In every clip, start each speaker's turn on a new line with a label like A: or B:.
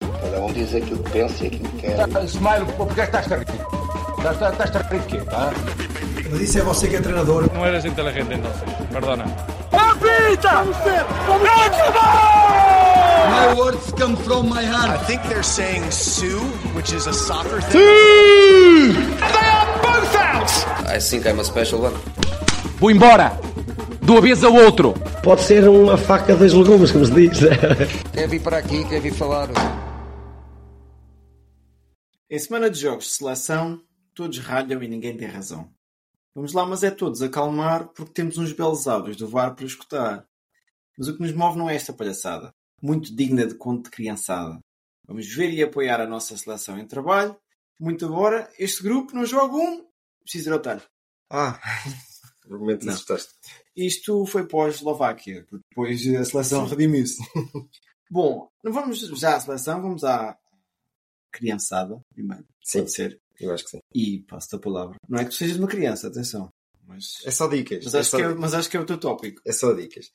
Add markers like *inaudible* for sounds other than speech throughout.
A: Cada um diz aquilo que pensa e aquilo que quer.
B: Smile, porque estás tardido? Estás tardido de quê? Tá?
C: Mas isso é você que é treinador.
D: No eres inteligente entonces, perdona.
E: ¡Apita!
F: My words come from my heart.
G: I think they're saying Sue, which is a soccer thing.
E: Sue! They are both out!
A: I think I'm a special one.
H: Vou embora! De uma vez ao outro!
I: Pode ser uma faca dos legumes, como se diz.
J: quer vir para aqui, quer vir falar.
K: Em semana de jogos de seleção, todos ralham e ninguém tem razão. Vamos lá, mas é todos acalmar, porque temos uns belos áudios do VAR para escutar. Mas o que nos move não é esta palhaçada, muito digna de conto de criançada. Vamos ver e apoiar a nossa seleção em trabalho. Muito embora este grupo não joga um. Preciso ir ao talho.
A: Ah, *laughs* no momento não. assustaste.
K: Isto foi pós-Eslováquia, depois a seleção redimiu-se. *laughs* Bom, não vamos já à seleção, vamos à criançada primeiro.
A: Sim.
K: Pode ser.
A: Eu acho que sim.
K: E passo-te a palavra. Não é que tu sejas uma criança, atenção. Mas...
A: É só dicas.
K: Mas acho,
A: é só
K: que é,
A: dicas.
K: mas acho que é o teu tópico.
A: É só dicas.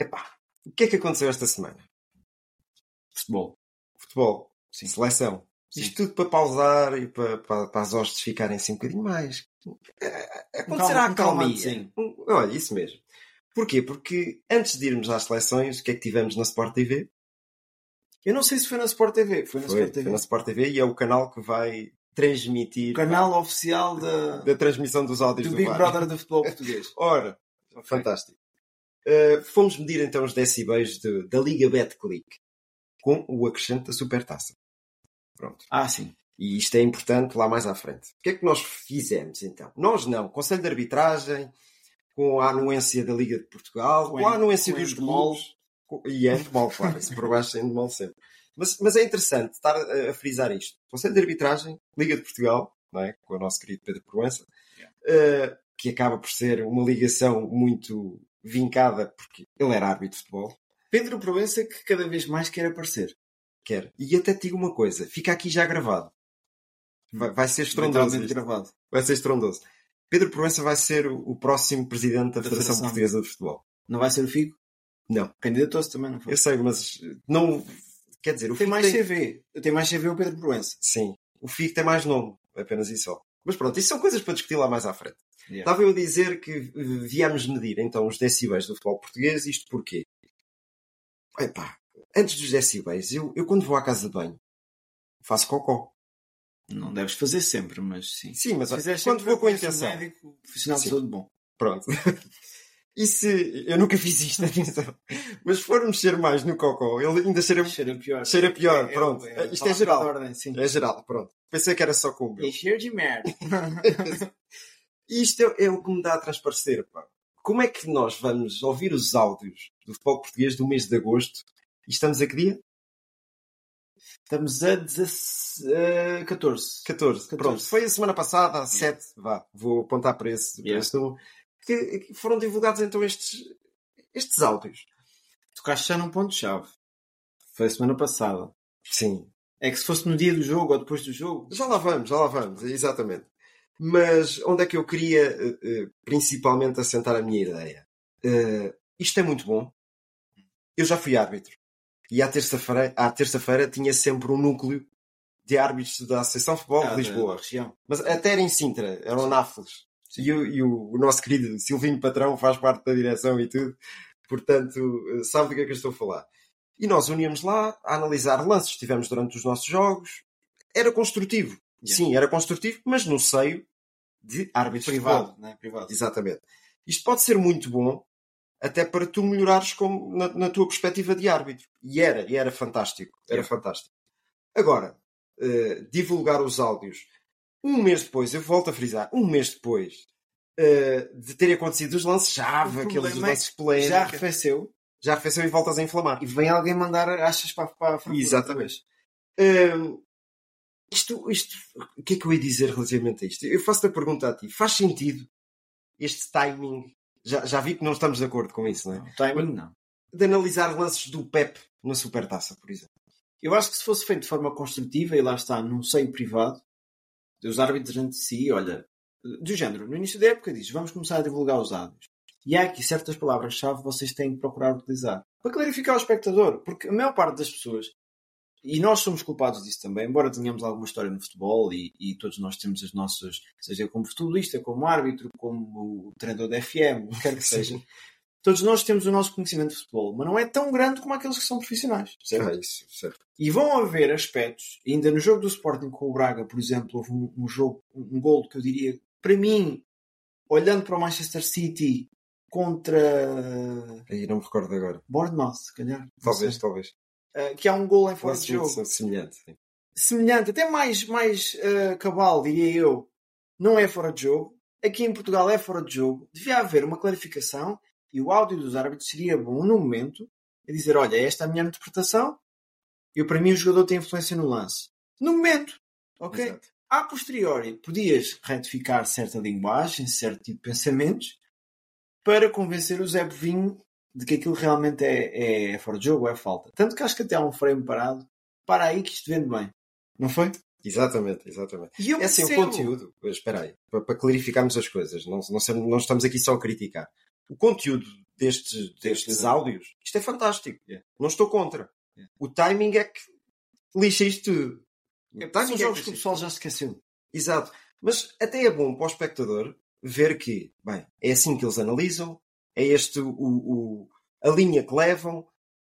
A: Epá, o que é que aconteceu esta semana?
K: Futebol.
A: Futebol.
K: Sim.
A: Seleção.
K: Sim.
A: Isto tudo para pausar e para, para, para as hostes ficarem-se um bocadinho mais. É, é,
K: Um calma- um
A: Acontecerá a calminha.
K: calmadozinho.
A: Um- Olha, isso mesmo. Porquê? Porque antes de irmos às seleções, o que é que tivemos na Sport TV?
K: Eu não sei se foi na Sport TV. Foi na
A: Foi,
K: Sport
A: foi
K: TV.
A: na Sport TV e é o canal que vai transmitir
K: O canal oficial da,
A: da transmissão dos áudios
K: do
A: do,
K: Big
A: VAR.
K: Brother do futebol português.
A: Ora, fantástico. Uh, fomos medir então os decibéis de- da Liga Betclic com o acrescente da Supertaça. Pronto.
K: Ah, sim.
A: E isto é importante lá mais à frente. O que é que nós fizemos então? Nós não. Conselho de Arbitragem, com a anuência da Liga de
K: Com
A: Portugal, com,
K: en-
A: a anuência
K: com
A: dos
K: handball.
A: clubes. com- E handball, claro. Isso por baixo é handball sempre. Mas, mas é interessante estar a, a frisar isto. Conselho de Arbitragem, Liga de Portugal, não é? com o nosso querido Pedro Proença, eh, que acaba por ser uma ligação muito vincada, porque ele era árbitro de futebol,
K: Pedro Proença que cada vez mais quer aparecer.
A: quer. E até te digo uma coisa, fica aqui já gravado. Vai, vai ser estrondoso.
K: Literalmente
A: isto.
K: gravado.
A: Vai ser estrondoso. Pedro Proença vai ser o, o próximo presidente da, Federação
K: Federação.
A: Portuguesa de Futebol.
K: Não vai ser o Figo?
A: Não.
K: Candidatou-se também, não foi?
A: Eu sei, mas não. Quer dizer, o
K: Tem
A: Fico
K: mais CV. Tem mais CV o Pedro Proença.
A: Sim. O FIC tem mais nome, apenas isso só. Mas pronto, isso são coisas para discutir lá mais à frente.
K: Yeah.
A: Estava eu a dizer que eh, viemos medir então os decibéis do futebol português, isto porquê? Epá, antes dos decibéis, eu, eu quando vou à casa de banho faço cocó.
K: Não deves fazer sempre, mas sim.
A: Sim, mas
K: Se fizeres
A: quando
K: sempre,
A: vou com a
K: és um
A: intenção.
K: Médico, profissional de
A: Sim.
K: saúde bom.
A: Pronto. *laughs* E se. Eu nunca fiz isto, *laughs* atenção. Mas se for mexer mais no cocó, ele ainda cheira,
K: Cheira pior.
A: cheira pior.
K: É,
A: pronto.
K: é,
A: Isto é
K: palavra de
A: geral.
K: Ordem, sim.
A: É geral, pronto. Pensei que era só com o meu.
K: E cheiro de merda.
A: E *laughs* isto é, é o que me dá a transparecer, pá. Como é que nós vamos ouvir os áudios do futebol português do mês de agosto? E estamos a que dia?
K: Estamos a 16, eh, 14.
A: 14.
K: 14.
A: Pronto, foi a semana passada, a 7, vá, vou apontar para esse, para
K: Yeah.
A: esse número, que, que foram divulgados então estes, estes áudios.
K: Tocaste já num ponto-chave. Foi a semana passada.
A: Sim.
K: É que se fosse no dia do jogo ou depois do jogo.
A: Já lá vamos, já lá vamos, exatamente. Mas onde é que eu queria eh, eh, principalmente assentar a minha ideia? Eh, isto é muito bom. Eu já fui árbitro. E à terça-feira à terça-feira tinha sempre um núcleo de árbitros da Associação de Futebol
K: Ah,
A: de
K: da-
A: Lisboa.
K: da região.
A: Mas até era em Sintra, eram Náfoles. E, o, e o, o nosso querido Silvinho Patrão faz parte da direção e tudo. Portanto, eh, sabe do que é que eu estou a falar. E nós uníamos lá a analisar lances que tivemos durante os nossos jogos. Era construtivo.
K: Yeah.
A: Sim, era construtivo, mas no seio de árbitros de futebol.
K: Privado, né? Privado.
A: Exatamente. Isto pode ser muito bom, até para tu melhorares como na, na tua perspectiva de árbitro. E era, e era fantástico.
K: É.
A: Era fantástico. Agora, eh, divulgar os áudios. Um mês depois, eu volto a frisar, um mês depois eh, de terem acontecido os lances-chave,
K: O
A: aqueles
K: problema é
A: lances
K: que Já
A: polémicos, já,
K: arrefeceu
A: já feceu e voltas a inflamar.
K: e vem alguém mandar achas para, para a
A: Tá
K: francura.
A: Exatamente. Hum, isto, isto, o que é que eu ia dizer relativamente a isto? Eu faço-te a pergunta a ti. Faz sentido este timing? Já, já vi que não estamos de acordo com isso, não é?
K: Não, timing não.
A: De analisar lances do Pep na Supertaça, por exemplo.
K: Eu acho que se fosse feito de forma construtiva, e lá está, num seio privado, os árbitros entre si, olha, do género, no início da época diz, vamos começar a divulgar os áudios. E há aqui certas palavras-chave que vocês têm que procurar utilizar. Para clarificar o espectador, porque a maior parte das pessoas E nós somos culpados disso também, embora tenhamos alguma história no futebol e, e todos nós temos as nossas, seja como futebolista, como árbitro, como treinador da FM, o que quer que seja, todos nós temos o nosso conhecimento de futebol, mas não é tão grande como aqueles que são profissionais, certo?
A: É isso, certo.
K: E vão haver aspectos, ainda no jogo do Sporting com o Braga, por exemplo, houve um, um jogo, um gol que eu diria, para mim, olhando para o Manchester City contra
A: Aí não me recordo agora.
K: Bournemouth, se calhar, não
A: Talvez,
K: sei,
A: talvez.
K: eh, que há um gol em fora
A: Mas
K: de jogo
A: são semelhantes. sim.
K: semelhante, até mais, mais eh, cabal, diria eu, não é fora de jogo. Aqui em Portugal é fora de jogo. Devia haver uma clarificação e o áudio dos árbitros seria bom no momento a dizer: olha, esta é a minha interpretação. Eu, para mim, o jogador tem influência no lance. No momento, ok?
A: Exato.
K: A posteriori, podias retificar certa linguagem, certo tipo de pensamentos, para convencer o Zé Bovinho de que aquilo realmente é, é fora de jogo, é falta. Tanto que acho que até há um frame parado. Para aí que isto vende bem. Não foi?
A: Exatamente, exatamente.
K: E eu
A: É assim, o
K: percebo.
A: conteúdo, espera aí, para, para clarificarmos as coisas, não, não, sermos- não estamos aqui só a criticar. O conteúdo destes, destes áudios, isto é fantástico. Não estou contra. O timing é que lixa isto tudo. O timing
K: São jogos
A: é
K: que
A: lixa
K: o
A: isto
K: pessoal já se esqueceu.
A: Exato. Mas até é bom para o espectador ver que, bem, é assim que eles analisam, é este o, o- a linha que levam.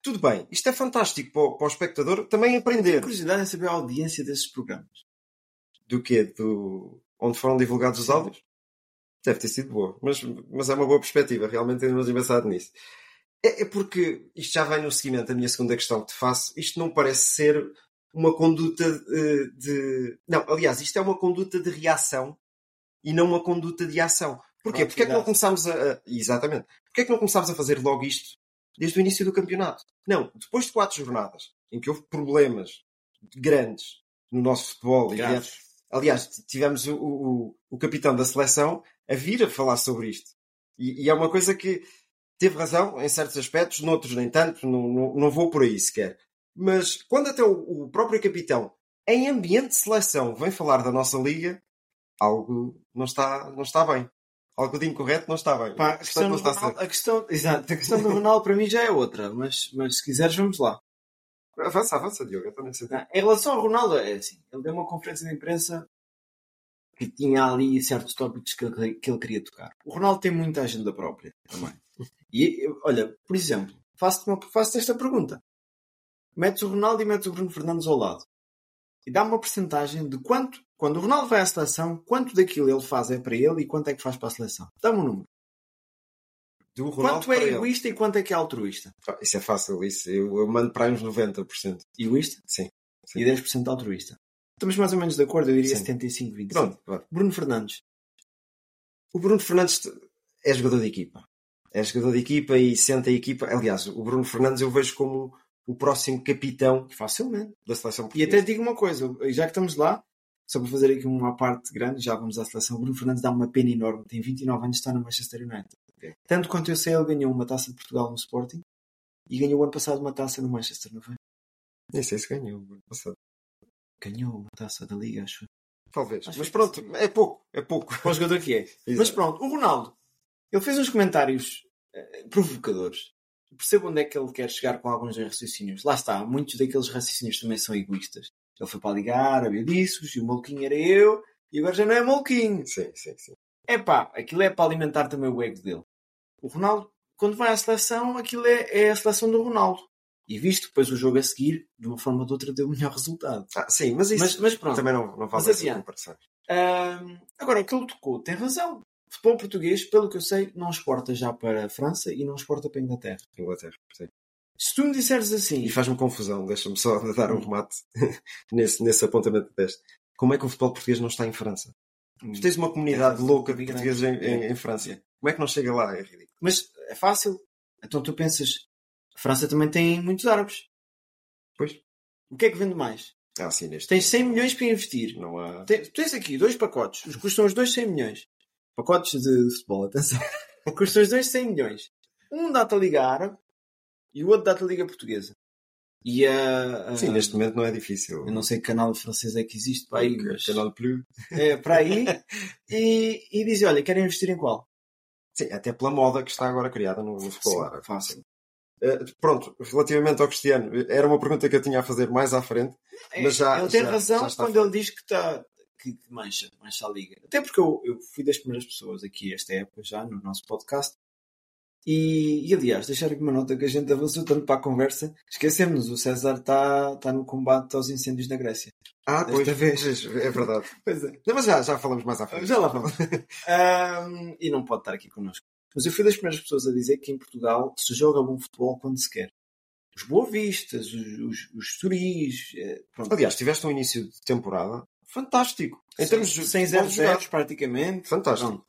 A: Tudo bem, isto é fantástico para o, para o espectador também aprender
K: Curiosidade em saber a audiência desses programas.
A: do que do onde foram divulgados os áudios. Deve ter sido boa, mas, mas é uma boa perspectiva, realmente ainda não tinha pensado nisso. É, é porque isto já vai no seguimento da minha segunda questão que te faço. Isto não parece ser uma conduta eh, de. Não, aliás, isto é uma conduta de reação e não uma conduta de ação. Porquê? Porque é que
K: Proatividade.
A: não começámos a. a- Exatamente. Porquê é que não começámos a fazer logo isto desde o início do campeonato? Não, depois de quatro jornadas em que houve problemas grandes no nosso futebol e
K: Graves.
A: vier- Aliás, t- tivemos o, o, o capitão da seleção a vir a falar sobre isto. E, e é uma coisa que teve razão em certos aspectos, noutros nem tanto, não, não, não vou por aí sequer. Mas quando até o, o próprio capitão, em ambiente de seleção, vem falar da nossa liga, algo não está, não está bem. Algo de incorreto não está bem.
K: Pá, a,
A: Isto
K: questão
A: não
K: do
A: está
K: Ronaldo, a, questão, *laughs* exato, a questão do Ronaldo para mim já é outra, mas, mas se quiseres vamos lá.
A: certo. Avança, avança, Diogo. eu também sei.
K: Ah, Em relação ao Ronaldo, é assim, ele deu uma conferência de imprensa que tinha ali certos tópicos que ele, que ele queria tocar. O Ronaldo tem muita agenda própria também. E, eu- olha, por exemplo, faço-te uma- faço-te esta pergunta. Metes o Ronaldo e metes o Bruno Fernandes ao lado. E dá uma percentagem de quanto, quando o Ronaldo vai à seleção, quanto daquilo ele faz é para ele e quanto é que faz para a seleção. Dá-me um número.
A: Do Ronaldo
K: Quanto é
A: para ele.
K: egoísta e quanto é que é altruísta?
A: Ah, Isso é fácil, isso. Eu, eu mando para aí uns 90%.
K: Egoísta?
A: Sim, sim.
K: E 10% altruísta. Estamos mais ou menos de acordo, eu diria
A: Sim.
K: 75-25.
A: Pronto, pronto.
K: Bruno Fernandes.
A: O Bruno Fernandes é jogador de equipa. É jogador de equipa e sente a equipa. Aliás, o Bruno Fernandes eu vejo como o próximo capitão
K: Facilmente.
A: da seleção
K: E até
A: portuguesa.
K: digo uma coisa, já que estamos lá, só para fazer aqui uma parte grande, já vamos à seleção. O Bruno Fernandes dá uma pena enorme, tem 29 anos, está no Manchester United. Tanto quanto eu sei, ele ganhou uma taça de Portugal no Sporting e ganhou ano passado uma taça no Manchester, não foi?
A: Nem sei se ganhou. Nossa,
K: Ganhou uma taça da Liga, acho.
A: Talvez.
K: Acho
A: Mas
K: que
A: pronto, é pouco. É pouco.
K: Para o jogador que é.
A: *laughs* Exato.
K: Mas pronto, o Ronaldo, ele fez uns comentários eh, provocadores. Percebo onde é que ele quer chegar com alguns raciocínios. Lá está, muitos daqueles raciocínios também são egoístas. Ele foi para a Liga Árabe, eu disse e o maluquinho era eu, e agora já não é maluquinho.
A: Sim, sim, sim.
K: É pá, aquilo é para alimentar também o ego dele. O Ronaldo, quando vai à seleção, aquilo é, é a seleção do Ronaldo. E visto depois o jogo a seguir, de uma forma ou de outra, deu o melhor resultado.
A: Ah, sim, mas isso
K: Mas- mas pronto.
A: também não, não vale
K: Mas
A: essa
K: adiante.
A: comparação.
K: Ahm, agora, o que ele tocou tem razão. O futebol português, pelo que eu sei, não exporta já para a França e não exporta para a Inglaterra.
A: Inglaterra. sim.
K: Se tu me disseres assim,
A: E faz-me confusão. Deixa-me só *laughs* dar um remate nesse, nesse apontamento de teste. Como é que o futebol português não está em França? Tu tens uma comunidade louca de portugueses em, em- em França. Como é que não chega lá? É ridículo.
K: mas é fácil. Então tu pensas, a França também tem muitos árabes.
A: Pois.
K: O que é que vende mais?
A: Ah, sim, neste.
K: Tens 100 milhões para investir.
A: Não há.
K: Tem- tu tens aqui dois pacotes. Os custam os dois 100 milhões. Pacotes de futebol, atenção. *laughs* custam os dois 100 milhões. Um dá-te a Liga Árabe e o outro dá-te a Liga Portuguesa. E a, a-
A: Sim, neste momento não é difícil.
K: Eu não sei que canal francês é que existe para aí, mas
A: Canal Plus.
K: é para
A: *laughs*
K: aí. E, e diz: Olha, querem investir em qual?
A: Sim, até pela moda que está agora criada no, no futebol
K: Sim,
A: árabe.
K: fácil.
A: pronto, relativamente ao Cristiano, era uma pergunta que eu tinha a fazer mais à frente, mas já.
K: É, ele tem
A: já-
K: razão
A: já está
K: quando ele diz que está que que mancha, mancha a liga. Até porque eu, eu fui das primeiras pessoas aqui esta época já no nosso podcast. E, e, aliás, deixar aqui uma nota que a gente avançou tanto para a conversa, esquecemos, o César está está no combate aos incêndios na Grécia.
A: Ah,
K: Desta
A: pois,
K: vez.
A: pois, é verdade.
K: Pois é.
A: Não, mas já, já falamos mais à frente.
K: Já lá vamos. Ahm, e não pode estar aqui connosco. Mas eu fui das primeiras pessoas a dizer que em Portugal se joga bom futebol quando se quer. Os Boavistas, os, os, os Suris. eh, pronto.
A: Aliás, tiveste um início de temporada fantástico. Em termos de
K: sem
A: futebol
K: zero
A: jogado.
K: zeros praticamente.
A: Fantástico.
K: Pronto.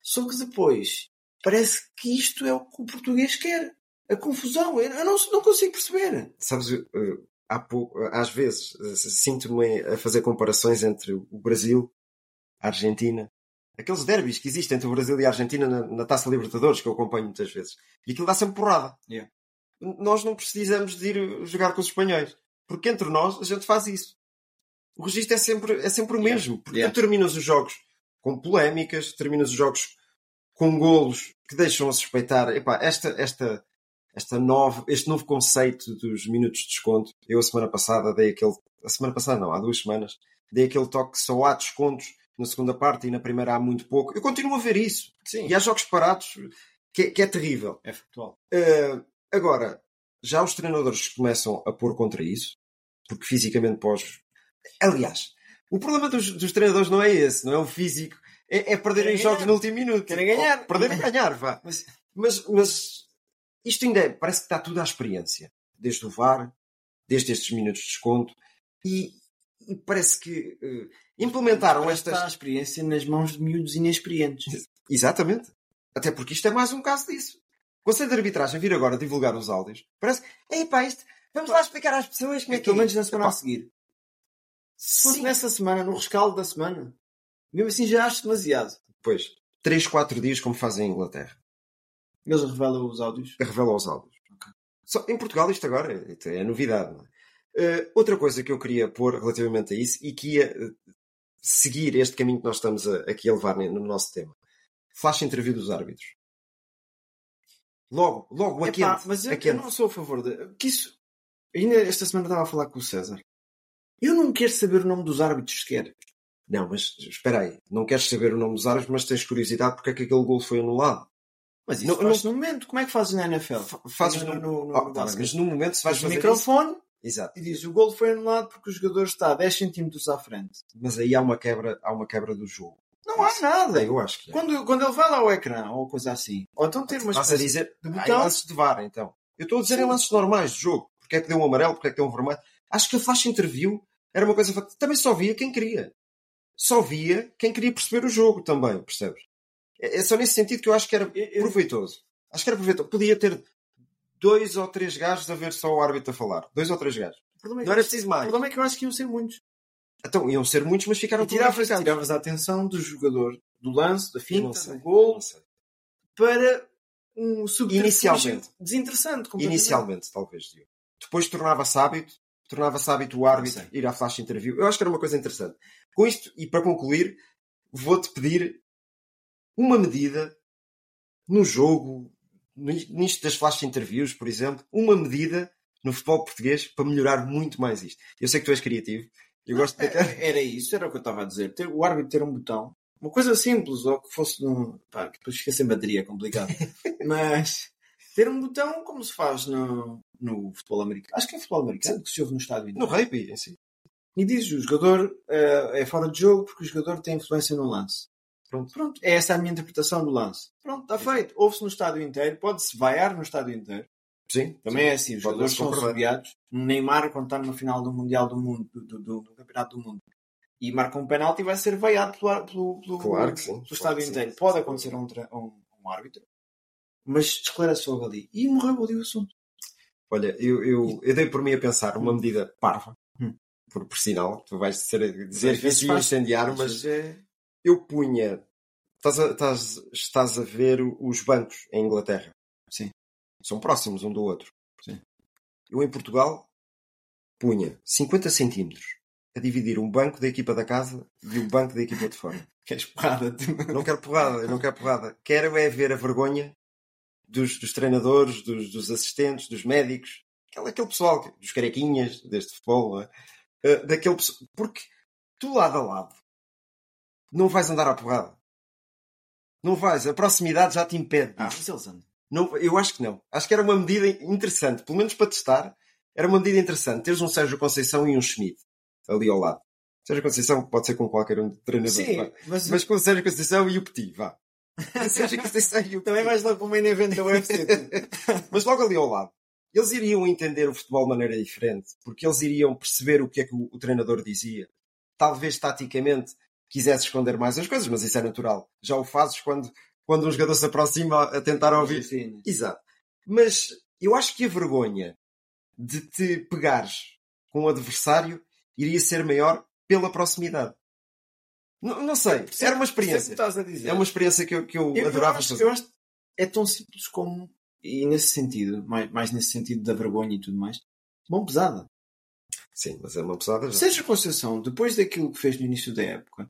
K: Só que depois parece que isto é o que o português quer. A confusão. Eu eu não, não consigo perceber.
A: Sabes, eh, há pou- às vezes eh, sinto-me a fazer comparações entre o Brasil, a Argentina, aqueles derbys que existem entre o Brasil e a Argentina na, na Taça Libertadores, que eu acompanho muitas vezes. E aquilo dá sempre porrada.
K: Yeah.
A: N- Nós não precisamos de ir eh, jogar com os espanhóis, porque entre nós a gente faz isso. O registro é sempre, é sempre o mesmo, porque
K: Yeah.
A: tu terminas os jogos com polémicas, terminas os jogos com golos que deixam a suspeitar. Epá, esta, esta, esta novo, este novo conceito dos minutos de desconto, eu a semana passada dei aquele. A semana passada não, há duas semanas, dei aquele toque que só há descontos na segunda parte e na primeira há muito pouco. Eu continuo a ver isso.
K: Sim.
A: E há jogos parados que, é- que é terrível.
K: É futebol.
A: Uh, agora, já os treinadores começam a pôr contra isso, porque fisicamente pós. Aliás, o problema dos, dos treinadores não é esse, não é o físico, é, é perderem
K: Querem
A: jogos
K: ganhar.
A: no último minuto.
K: Querem ganhar.
A: Ou Perder e ganhar, vá.
K: Mas-
A: Mas, mas isto ainda é, parece que está tudo à experiência. Desde o VAR, desde estes minutos de desconto, e, e parece que uh, implementaram estas.
K: Está a experiência nas mãos de miúdos inexperientes.
A: Exatamente. Até porque isto é mais um caso disso. O Conselho de Arbitragem vir agora divulgar os áudios. Parece. Ei, pá, isto. Vamos lá explicar às pessoas como é que
K: Pelo menos na semana
A: Epá,
K: a seguir. Se fosse
A: Sim.
K: nessa semana, no rescaldo da semana, mesmo assim já acho demasiado.
A: Depois, 3, 4 dias, como fazem em Inglaterra.
K: Eles revelam os áudios.
A: Revela os áudios. Só, em Portugal, isto agora é, é novidade. Não é? Eh, outra coisa que eu queria pôr relativamente a isso e que ia eh, seguir este caminho que nós estamos a- aqui a levar ne- no nosso tema: flash interview dos árbitros. Logo, logo, a
K: Epá,
A: quente,
K: mas eu,
A: a
K: eu
A: quente.
K: não sou a favor de. Que isso. Ainda esta semana estava a falar com o César. Eu não quero saber o nome dos árbitros sequer.
A: Não, mas espera aí, não queres saber o nome dos árbitros, mas tens curiosidade porque é que aquele gol foi anulado.
K: Mas isso
A: Não,
K: faz no momento. Como é que fazes na NFL?
A: Fa- Fazes
K: no,
A: no,
K: no, no,
A: Oh, tá bem,
K: basquete.
A: mas no momento se vais
K: Fazes o
A: fazer
K: microfone
A: isso- Exato.
K: e diz o golo foi anulado porque o jogador está a 10 centímetros à frente.
A: Mas aí há uma quebra, há uma quebra do jogo.
K: Não há nada.
A: Eu acho que é.
K: Quando, quando ele vai lá ao ecrã ou coisa assim, ou então ter uma
A: Estás a
K: espécie
A: dizer
K: de
A: há em
K: botão,
A: lances de VAR, então. Eu estou a dizer em lances normais de jogo. Porque é que deu um amarelo, porque é que deu um vermelho. Acho que a flash interview era uma coisa... fa- Também só via quem queria. Só via quem queria perceber o jogo também, percebes? É é só nesse sentido que eu acho que era
K: Eu- eu-
A: proveitoso. Acho que era proveitoso. Podia ter dois ou três gajos a ver só o árbitro a falar. Dois ou três gajos.
K: o problema é que-
A: Não era preciso
K: O
A: mais.
K: problema é que eu acho que iam ser muitos.
A: Então, iam ser muitos, mas ficaram
K: E tiravas,
A: focados.
K: tiravas a atenção do jogador, do lance, da
A: Não
K: finta,
A: sei,
K: do gol,
A: não sei.
K: para um subterfúgio
A: Inicialmente.
K: desinteressante. completamente.
A: Inicialmente, talvez, Diogo. Depois tornava-se hábito, tornava-se hábito o árbitro
K: Não
A: ir à flash interview. Eu acho que era uma coisa interessante. Com isto, e para concluir, vou-te pedir uma medida no jogo, ni- nisto das flash interviews, por exemplo, uma medida no futebol português para melhorar muito mais isto. Eu sei que tu és criativo, eu gosto de
K: É- *laughs* Era isso, era o que eu estava a dizer. Ter, o árbitro ter um botão, uma coisa simples, ou que fosse num. Pá, que depois fica sem bateria, é
A: *laughs*
K: complicado. Mas ter um botão como se faz no, no futebol americano. Acho que é futebol americano que se ouve no estádio.
A: no rugby, em si.
K: E diz o jogador eh, é fora de jogo porque o jogador tem influência no lance.
A: Pronto.
K: Pronto, é essa a minha interpretação do lance. Pronto, está feito. Ouve-se no estádio inteiro, pode-se vaiar no estádio inteiro.
A: Sim,
K: Também é assim, os
A: Pode
K: jogadores
A: não se
K: são
A: concordar.
K: subiados. Um Neymar, quando está numa final do Mundial do Mundo, do, do- do- do Campeonato do Mundo, e marca um penalti, vai ser vaiado pelo, ar- pelo, pelo,
A: Claro que sim,
K: pelo
A: claro
K: estádio
A: que sim.
K: inteiro. Pode acontecer a um, tra- a um- a um árbitro, mas esclarece logo ali. E morreu ali o assunto.
A: Olha, eu, eu, eu dei por mim a pensar uma medida parva,
K: Hum.
A: por, por sinal, tu vais ser, dizer
K: Às
A: que
K: vezes
A: isso ia
K: faz-
A: incendiar, mas
K: Mas é.
A: *laughs* eu punha. Estás a, estás, estás a ver o- os bancos em Inglaterra.
K: Sim.
A: São próximos um do outro.
K: Sim.
A: Eu em Portugal punha 50 centímetros a dividir um banco da equipa da casa e o banco da equipa de fora.
K: Que é espada.
A: Não quero porrada, eu não quero porrada. Quero é ver a vergonha dos, dos treinadores, dos, dos, assistentes, dos médicos, aquele, aquele pessoal, dos carequinhas, deste futebol, é? uh, daquele Porque tu lado a lado não vais andar à porrada. Não vais, a proximidade já te impede.
K: Ah, mas eles andam.
A: Não, eu acho que não. Acho que era uma medida interessante, pelo menos para testar, era uma medida interessante. Teres um Sérgio Conceição e um Schmidt ali ao lado. Sérgio Conceição pode ser com qualquer um de treinador,
K: Sim,
A: vá.
K: mas-
A: mas... com o Sérgio Conceição e o Petit, vá. Sérgio Conceição e o Petit.
K: *laughs* Também vais logo para o
A: é
K: main event da *laughs* UFC. tu.
A: Mas logo ali ao lado, eles iriam entender o futebol de maneira diferente, porque eles iriam perceber o que é que o, o treinador dizia. Talvez taticamente quisesse esconder mais as coisas, mas isso é natural. Já o fazes quando, quando um jogador se aproxima a tentar ouvir.
K: Sim, né?
A: Exato. Mas eu acho que a vergonha de te pegares com o adversário iria ser maior pela proximidade. Não, não sei, era
K: Sei o
A: uma experiência.
K: é que estás a dizer.
A: É uma experiência que eu, que eu
K: Eu- eu
A: adorava
K: acho-
A: fazer.
K: Eu acho que é tão simples como, e nesse sentido, mais, mais nesse sentido da vergonha e tudo mais, mão pesada.
A: Sim, mas é uma pesada já.
K: Sérgio Conceição, depois daquilo que fez no início da época,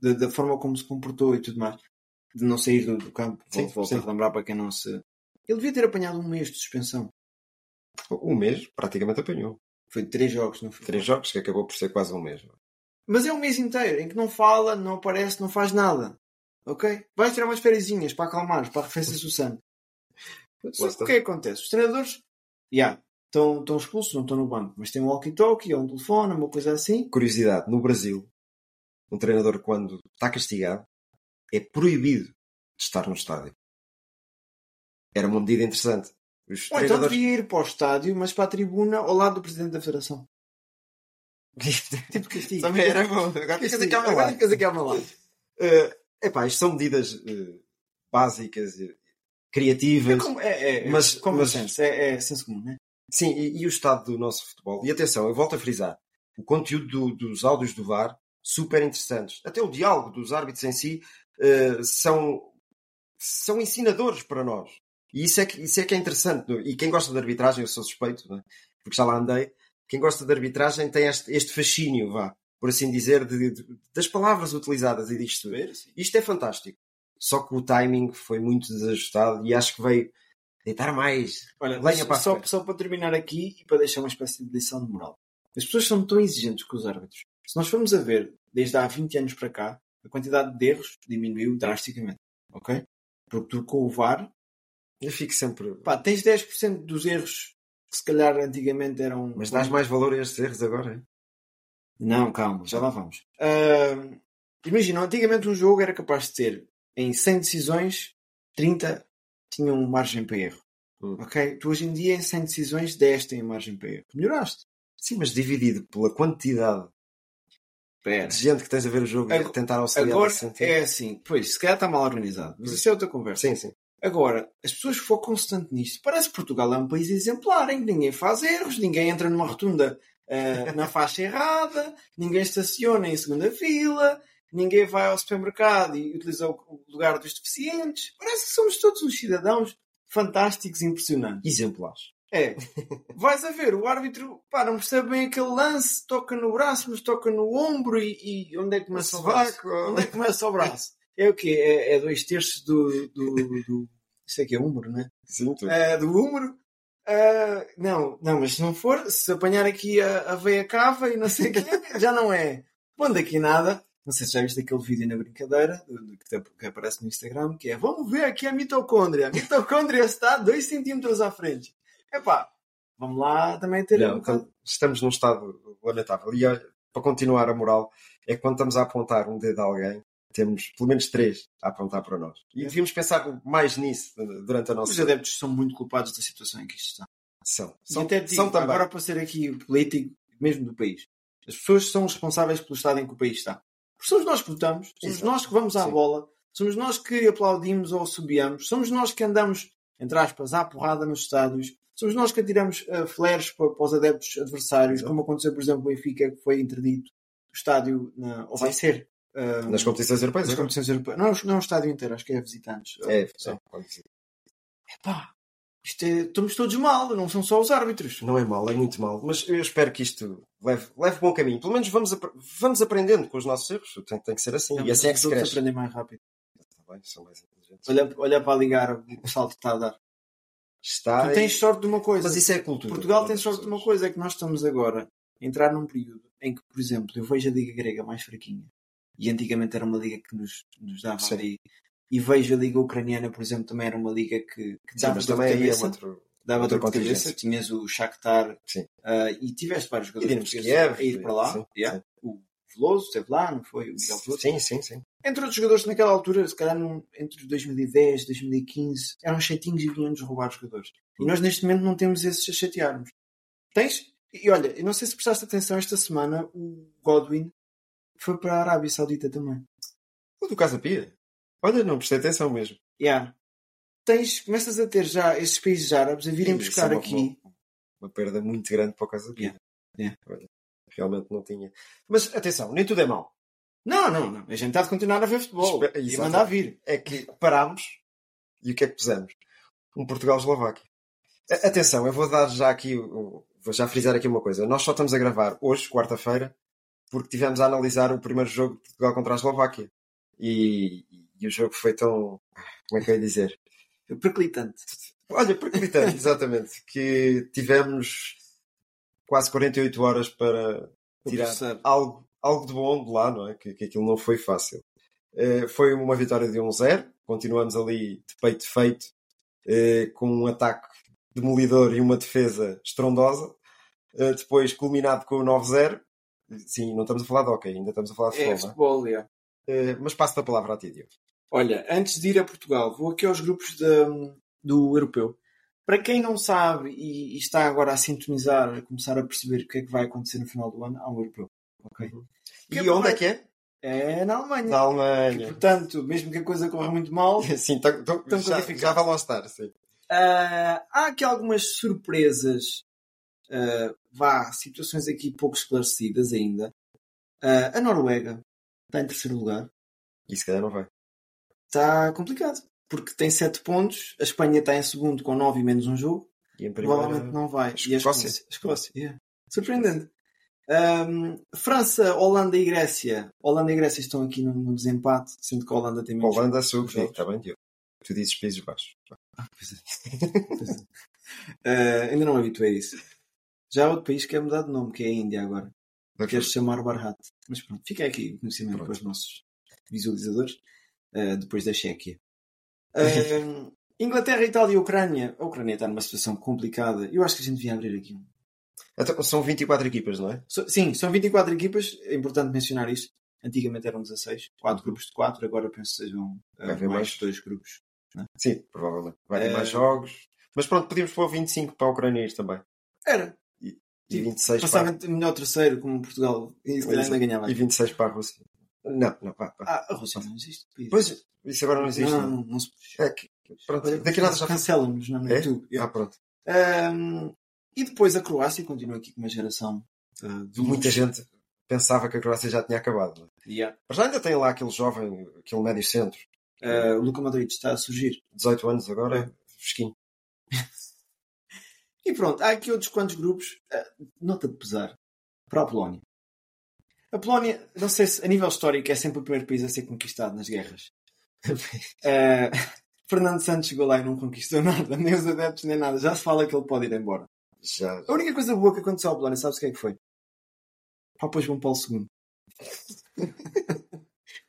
K: da, da forma como se comportou e tudo mais, de não sair do, do campo,
A: Sim,
K: vou volto
A: sim.
K: a relembrar para quem não se. Ele devia ter apanhado um mês de suspensão.
A: Um mês praticamente apanhou.
K: Foi três jogos, não foi?
A: Três jogos que acabou por ser quase um mês.
K: Mas é um mês inteiro em que não fala, não aparece, não faz nada. Ok? Vais tirar umas férias para acalmar, para arrefecer o sangue. Só que o que é que acontece? Os treinadores, já, estão estão expulsos, não estão no banco, mas têm um walkie-talkie ou um telefone, uma coisa assim.
A: Curiosidade, no Brasil, um treinador quando está castigado é proibido de estar no estádio. Era uma medida interessante. Os
K: Ou então
A: treinadores...
K: devia ir para o estádio, mas para a tribuna ao lado do presidente da federação.
A: *laughs*
K: Tipo castigo.
A: Também era bom. Agora ficas
K: Castigo.
A: aqui ao meu
K: Agora
A: lado.
K: ficas aqui ao meu lado.
A: Eh, epá, isto são medidas eh, básicas, eh, criativas.
K: Como- É, é,
A: Mas-
K: mas, como
A: mas-
K: senso, é, é senso comum, né?
A: Sim, e, e o estado do nosso futebol. E atenção, eu volto a frisar: o conteúdo do- dos áudios do VAR, super interessantes. Até o diálogo dos árbitros em si eh, são, são ensinadores para nós. E isso é que, isso é, que é interessante. não é? E quem gosta de arbitragem, eu sou suspeito, não é? porque já lá andei. Quem gosta de arbitragem tem este, este fascínio, vá, por assim dizer, de- de- das palavras utilizadas e disto. Isto é fantástico. Só que o timing foi muito desajustado e acho que veio deitar mais.
K: Olha,
A: lenha
K: deixa-
A: para a
K: só,
A: fogueira.
K: só para terminar aqui e para deixar uma espécie de lição de moral. As pessoas são tão exigentes com os árbitros. Se nós formos a ver, desde há 20 anos para cá, a quantidade de erros diminuiu drasticamente. Ok? Porque tu com o VAR,
A: Eu fico sempre.
K: pá, tens 10% dos erros que se calhar antigamente eram. um
A: Mas dás mais valor a estes erros agora, hein?
K: Não, calma, já lá vamos. Ah, imagina, antigamente um jogo era capaz de ter, em 100 decisões, 30 tinham margem para erro.
A: Hum.
K: Ok? Tu hoje em dia, em 100 decisões, 10 têm margem para erro. Melhoraste.
A: Sim, mas dividido pela quantidade
K: Pera.
A: de gente que tens a ver o jogo e a
K: Agora-
A: tentar auxiliar
K: Agora
A: nesse sentido. Hum.
K: é assim, pois, se calhar está mal organizado, mas isso é outra conversa.
A: Sim, sim.
K: Agora, as pessoas focam-se tanto nisto. Parece que Portugal é um país exemplar em que ninguém faz erros, ninguém entra numa rotunda
A: *laughs*
K: ah, na faixa errada, ninguém estaciona em segunda fila, ninguém vai ao supermercado e utiliza o- o lugar dos deficientes. Parece que somos todos uns cidadãos fantásticos e impressionantes.
A: Exemplares. *laughs*
K: É. Vais a ver, o árbitro, pá, não percebe bem aquele lance, toca no braço, mas toca no ombro e, e onde é que começa o braço?
A: sovaco.
K: Onde é que começa o braço? É o quê? É, é dois terços do, do, do. Isso é que é ombro, né?
A: Sim, tu.
K: é? Do ombro. Ah, não, não, mas se não for, se apanhar aqui a, a veia cava e não sei o *laughs* quê, já não é. Bom, daqui nada. Não sei se já viste aquele vídeo na brincadeira do- do que, te- que aparece no Instagram, que é vamos ver aqui a mitocôndria. A mitocôndria está 2 centímetros à frente. Epá, vamos lá também ter.
A: Não,
K: um bocado-
A: então, estamos num estado lamentável. E olha, para continuar a moral, é que quando estamos a apontar um dedo a alguém, temos pelo menos três a apontar para nós. E
K: É.
A: devíamos pensar mais nisso durante a
K: Os
A: nossa
K: adeptos são muito culpados da situação em que isto está.
A: sessão.
K: E
A: São,
K: até digo,
A: são também.
K: agora para ser aqui político, mesmo do país. As pessoas são responsáveis pelo estado em que o país está. Porque somos nós que votamos, somos
A: Exato.
K: nós que vamos à
A: Sim.
K: bola, somos nós que aplaudimos ou subiamos, somos nós que andamos, entre aspas, à porrada nos estádios, somos nós que atiramos ah, flares para, para os adeptos adversários, como aconteceu, por exemplo, em Benfica, que foi interdito o estádio, na- ou vai ser, ah,
A: eh, Nas competições europeias.
K: nas
A: agora.
K: competições europeias. Não, não é o estádio inteiro, acho que é visitantes.
A: É,
K: Sim.
A: é, pode ser.
K: Epá, isto é- estamos todos mal, não são só os árbitros.
A: Não é mal, é muito mal. Mas eu espero que isto leve, leve bom caminho. Pelo menos vamos, apre- vamos aprendendo com os nossos erros. Tem, tem que ser assim. e assim é que
K: Os
A: se
K: outros
A: cresce.
K: aprendem mais rápido.
A: Tá bem, são mais inteligentes.
K: Olha, olha para ligar o salto que está a dar.
A: Está
K: Tu tens sorte de uma coisa.
A: Mas isso é cultura.
K: Portugal tem sorte de uma coisa, é que nós estamos agora a entrar num período em que, por exemplo, eu vejo a Liga Grega mais fraquinha. E antigamente era uma liga que nos, nos dava
A: Sim.
K: ali. E vejo a Liga Ucraniana, por exemplo, também era uma liga que, que
A: Sim,
K: dava
A: mas
K: dor
A: também
K: de
A: aí é
K: cabeça.
A: outro.
K: dava
A: outra
K: dor de cabeça.
A: contingência.
K: Tinhas o Shakhtar
A: Sim.
K: ah, e tiveste vários jogadores
A: Dinamo de
K: portugueses
A: Kiev,
K: a é ir para lá.
A: sim,
K: yeah.
A: sim.
K: O Veloso esteve lá, não foi? O Miguel Veloso
A: Sim, sim, sim.
K: entre outros jogadores naquela altura, se calhar num- entre 2010 2015, eram chatinhos e vinham-nos roubar jogadores. E nós neste momento não temos esses a chatearmos. Tens? E olha, eu não sei se prestaste atenção, esta semana o Godwin foi para a Arábia Saudita também.
A: O do Casa Pia. Olha, não prestei atenção mesmo.
K: Yeah. Tens, começas a ter já estes países árabes a virem
A: Isso
K: buscar
A: é uma-
K: aqui.
A: Uma, uma perda muito grande para o Casa Pia.
K: Yeah.
A: Olha, realmente não tinha. Mas atenção, nem tudo é mau.
K: Não, não, não. A gente está de continuar a ver futebol
A: Espe-
K: e
A: Exato.
K: mandar vir.
A: É que parámos e o que é que pusemos? Um Portugal-Eslováquia. A- Atenção, eu vou dar já aqui, o- o- vou já frisar aqui uma coisa. Nós só estamos a gravar hoje, quarta-feira, porque tivemos a analisar o primeiro jogo de Portugal contra a Eslováquia. E, e o jogo foi tão. Como é que eu ia dizer?
K: Perclitante.
A: Olha,
K: *laughs*
A: perclitante, exatamente. Que tivemos quase 48 horas para
K: Para
A: tirar
K: processar.
A: algo, algo de bom de lá, não é? Que, que aquilo não foi fácil. Eh, foi uma vitória de 1-0. Continuamos ali de peito feito, eh, com um ataque demolidor e uma defesa estrondosa. Eh, depois culminado com o 9-0. Sim, não estamos a falar de ok, ainda estamos a falar de
K: É
A: futebol, não
K: futebol,
A: é?
K: yeah.
A: Eh, mas passo a palavra a ti, Diogo.
K: Olha, antes de ir a Portugal, vou aqui aos grupos da- do europeu. Para quem não sabe e, e está agora a sintonizar, a começar a perceber o que é que vai acontecer no final do ano, há um europeu. ok?
A: E
K: Que
A: onde é
K: vai-
A: que é?
K: É na Alemanha.
A: Na
K: E,
A: Alemanha.
K: portanto, mesmo que a coisa corra muito
A: *laughs*
K: mal, eh,
A: Sim, tão, tão,
K: Tão
A: já,
K: quantificado.
A: já vai lá estar, sim.
K: ah, há aqui algumas surpresas, ah, vá, situações aqui pouco esclarecidas ainda. Ah, a Noruega está em terceiro lugar.
A: E se calhar não vai.
K: Está complicado, porque tem sete pontos. A Espanha está em segundo com nove e menos um jogo.
A: E em primeiro-
K: Provavelmente não vai.
A: Escócia.
K: E a Escócia. Escócia, yeah. Surpreendente. Um, França, Holanda e Grécia. Holanda e Grécia estão aqui no, no desempate, sendo que a Holanda tem
A: A
K: menos.
A: Holanda sub, sim,
K: Jogos.
A: está bem, Diogo. Tu dizes Países Baixos.
K: Uh, ainda não me habituei a isso. Já há outro país que quer mudar de nome, que é a Índia agora. Queres chamar Barhat. Mas pronto, fica aqui o conhecimento
A: Pronto.
K: para os nossos visualizadores, uh, depois da
A: *laughs*
K: Chequia. Uh, Inglaterra, Itália e Ucrânia. A Ucrânia está numa situação complicada. Eu acho que a gente devia abrir aqui um
A: Então, são 24 equipas, não é?
K: So- Sim, são 24 equipas, é importante mencionar isto. Antigamente eram 16, 4 grupos de 4, agora penso que sejam ah,
A: Vai haver
K: mais
A: mais.
K: dois grupos.
A: Sim, provavelmente. Vai ter
K: Eh,
A: mais jogos. Mas pronto, podíamos pôr 25 para ucranianos também.
K: Era.
A: E
K: Sim,
A: 26
K: Passava
A: para...
K: entre melhor terceiro, como Portugal, e se calhar ainda ganhava.
A: é. E 26 para a Rússia. Não, não, pá, pá.
K: Ah, a Rússia não existe. país.
A: Pois, isso agora não existe.
K: Não,
A: não.
K: não, não se...
A: É que- pronto,
K: Olha,
A: daqui a nada já...
K: Cancela-nos não, no
A: É?
K: YouTube.
A: Ah, pronto.
K: Ahm, e depois a Croácia continua aqui com uma geração ah, de
A: Muita gente pensava que a Croácia já tinha acabado. não é?
K: Yeah.
A: Mas ainda tem lá aquele jovem, aquele médio centro.
K: Ah, o Luka Modric está a surgir.
A: 18 anos agora,
K: É.
A: fresquinho.
K: E pronto, há aqui outros quantos grupos, ah, nota de pesar, para a Polónia. A Polónia, não sei se a nível histórico, é sempre o primeiro país a ser conquistado nas *laughs* guerras. Ah, Fernando Santos chegou lá e não conquistou *laughs* nada, nem os adeptos, nem nada. Já se fala que ele pode ir embora.
A: Já...
K: A única coisa boa que aconteceu à Polónia, sabes o que é que foi? Papa João Paulo II.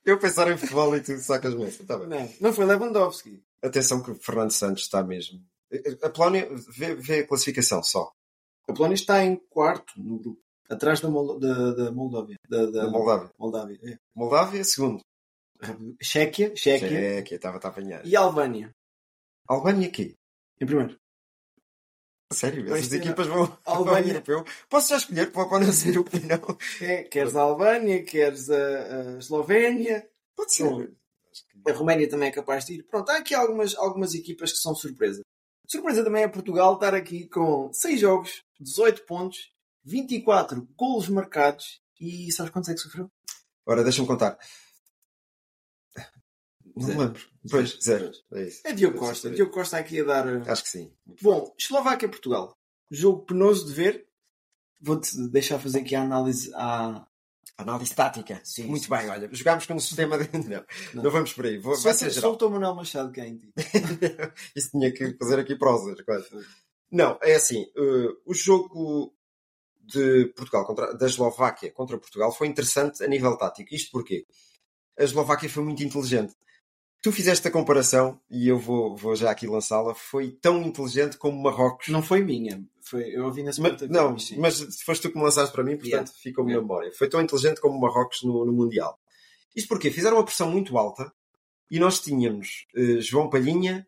A: Eu pensar em futebol e tu sacas mesmo. Está bem.
K: Não, não foi Lewandowski.
A: Atenção que o Fernando Santos está mesmo. A Polónia vê, vê a classificação só,
K: A Polónia está em quarto no grupo, atrás da, Mol- da, da Moldávia. Da, da-
A: da Moldávia.
K: Moldávia, é.
A: Moldávia, segundo.
K: Chequia, Chequia
A: Chequia, estava a apanhar.
K: e Albânia,
A: Albânia aqui.
K: em primeiro.
A: Sério,
K: Vai
A: essas
K: ser
A: equipas vão
K: Albânia.
A: Albânia. europeu. Posso já escolher para para não ser europeu, não?
K: É, queres a Albânia, queres a, a Eslovénia,
A: Pode ser.
K: Não. a Roménia também é capaz de ir. Pronto, há aqui algumas, algumas equipas que são surpresa. Surpresa também é Portugal estar aqui com 6 jogos, 18 pontos, 24 golos marcados e sabes quantos é que sofreu?
A: Ora, deixa-me contar. Não
K: Zero.
A: me lembro. Pois, zero. É isso.
K: É Diogo Costa. Diogo Costa aqui a dar. uh,
A: Acho que sim.
K: Bom, Eslováquia-Portugal. Jogo penoso de ver. Vou-te deixar fazer aqui a análise à,
A: Análise tática.
K: Sim,
A: Muito
K: sim,
A: bem,
K: sim.
A: olha, jogámos com um sistema de. *laughs* Não, não, vamos por aí. Vou, vai ser
K: Solta
A: geral.
K: solta o Manuel Machado é Gandhi.
A: Isso tinha que fazer aqui prosas, quase. Não, é assim. eh, o jogo de Portugal contra, da Eslováquia contra Portugal foi interessante a nível tático. Isto porquê? A Eslováquia foi muito inteligente. Tu fizeste a comparação, e eu vou, vou já aqui lançá-la, foi tão inteligente como Marrocos.
K: Não foi minha. Foi, eu ouvi na
A: Mas,
K: segunda.
A: não, mas foste tu que me lançaste para mim, portanto
K: Yeah.
A: ficou-me na
K: Yeah.
A: memória. Foi tão inteligente como o Marrocos no, no Mundial. Isto porque fizeram uma pressão muito alta e nós tínhamos eh, João Palhinha,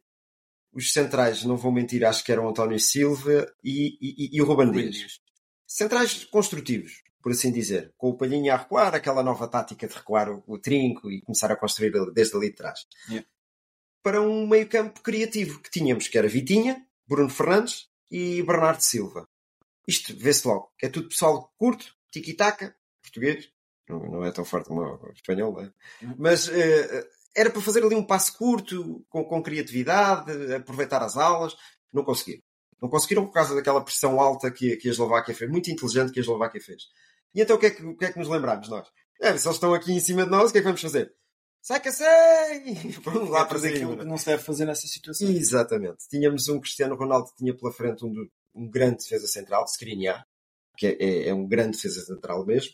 A: os centrais, não vou mentir, acho que eram António Silva e, e- e- e o Ruben
K: Ruben
A: Dias. Centrais construtivos, por assim dizer, com o Palhinha a recuar, aquela nova tática de recuar o, o trinco e começar a construir ali- desde ali de trás.
K: Yeah.
A: Para um meio campo criativo que tínhamos, que era Vitinha, Bruno Fernandes e Bernardo Silva isto vê-se logo. É tudo pessoal curto, tiki-taka, português. Não, não é tão forte como o espanhol, não é? Mas eh, era para fazer ali um passo curto, com, com criatividade, aproveitar as aulas. Não conseguiram. Não conseguiram por causa daquela pressão alta que, que a Eslováquia fez, muito inteligente que a Eslováquia fez. E então o que é que, o que, é que nos lembramos nós? É, se eles estão aqui em cima de nós, o que é que vamos fazer? Sai que sei! *laughs* Vamos lá para
K: fazer
A: cima.
K: aquilo que não se deve fazer nessa situação.
A: Exatamente. Tínhamos um Cristiano Ronaldo que tinha pela frente um, do- um grande defesa central, Skriniar, que é, é- é um grande defesa central mesmo.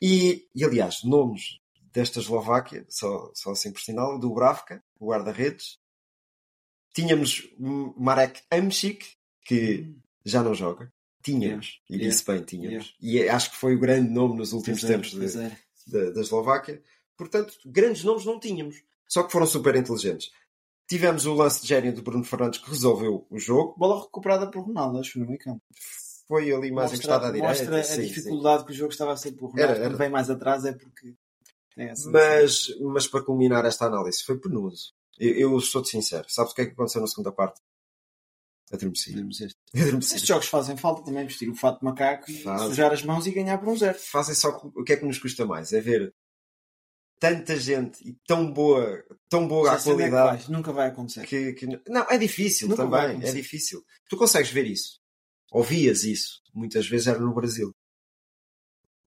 A: E, e, aliás, nomes desta Eslováquia, só, só assim por sinal, do Bravka, o guarda-redes. Tínhamos um Marek Amchik, que já não joga. Tínhamos,
K: Hum. Yeah.
A: e disse bem, tínhamos. E é, acho que foi o grande nome nos últimos tempos de-
K: Pois é.
A: da, da Eslováquia. Portanto, grandes nomes não tínhamos. Só que foram super inteligentes. Tivemos o lance de gênio do Bruno Fernandes que resolveu o jogo.
K: Bola recuperada por Ronaldo, acho, no meio campo.
A: Foi ali mais encostado à direita.
K: mostra
A: sim,
K: a
A: sim.
K: dificuldade que o jogo estava a ser por Ronaldo.
A: Era, era.
K: Quando vem mais atrás é porque... tem essa-
A: Mas, mas para culminar esta análise, foi penoso. Eu, eu sou-te sincero. Sabes o que é que aconteceu na segunda parte? Adormeci.
K: Podemos este.
A: Adormeci.
K: Estes jogos fazem falta também vestir o fato de macaco e
A: Fazem.
K: sujar as mãos e ganhar por um zero.
A: Fazem só o que é que nos custa mais. É ver tanta gente e tão boa, tão boa a
K: Já sei onde é que
A: qualidade.
K: vais, Nunca vai acontecer.
A: que, que- não é difícil
K: Nunca vai
A: também é
K: acontecer.
A: difícil tu consegues ver isso ouvias isso muitas vezes era no Brasil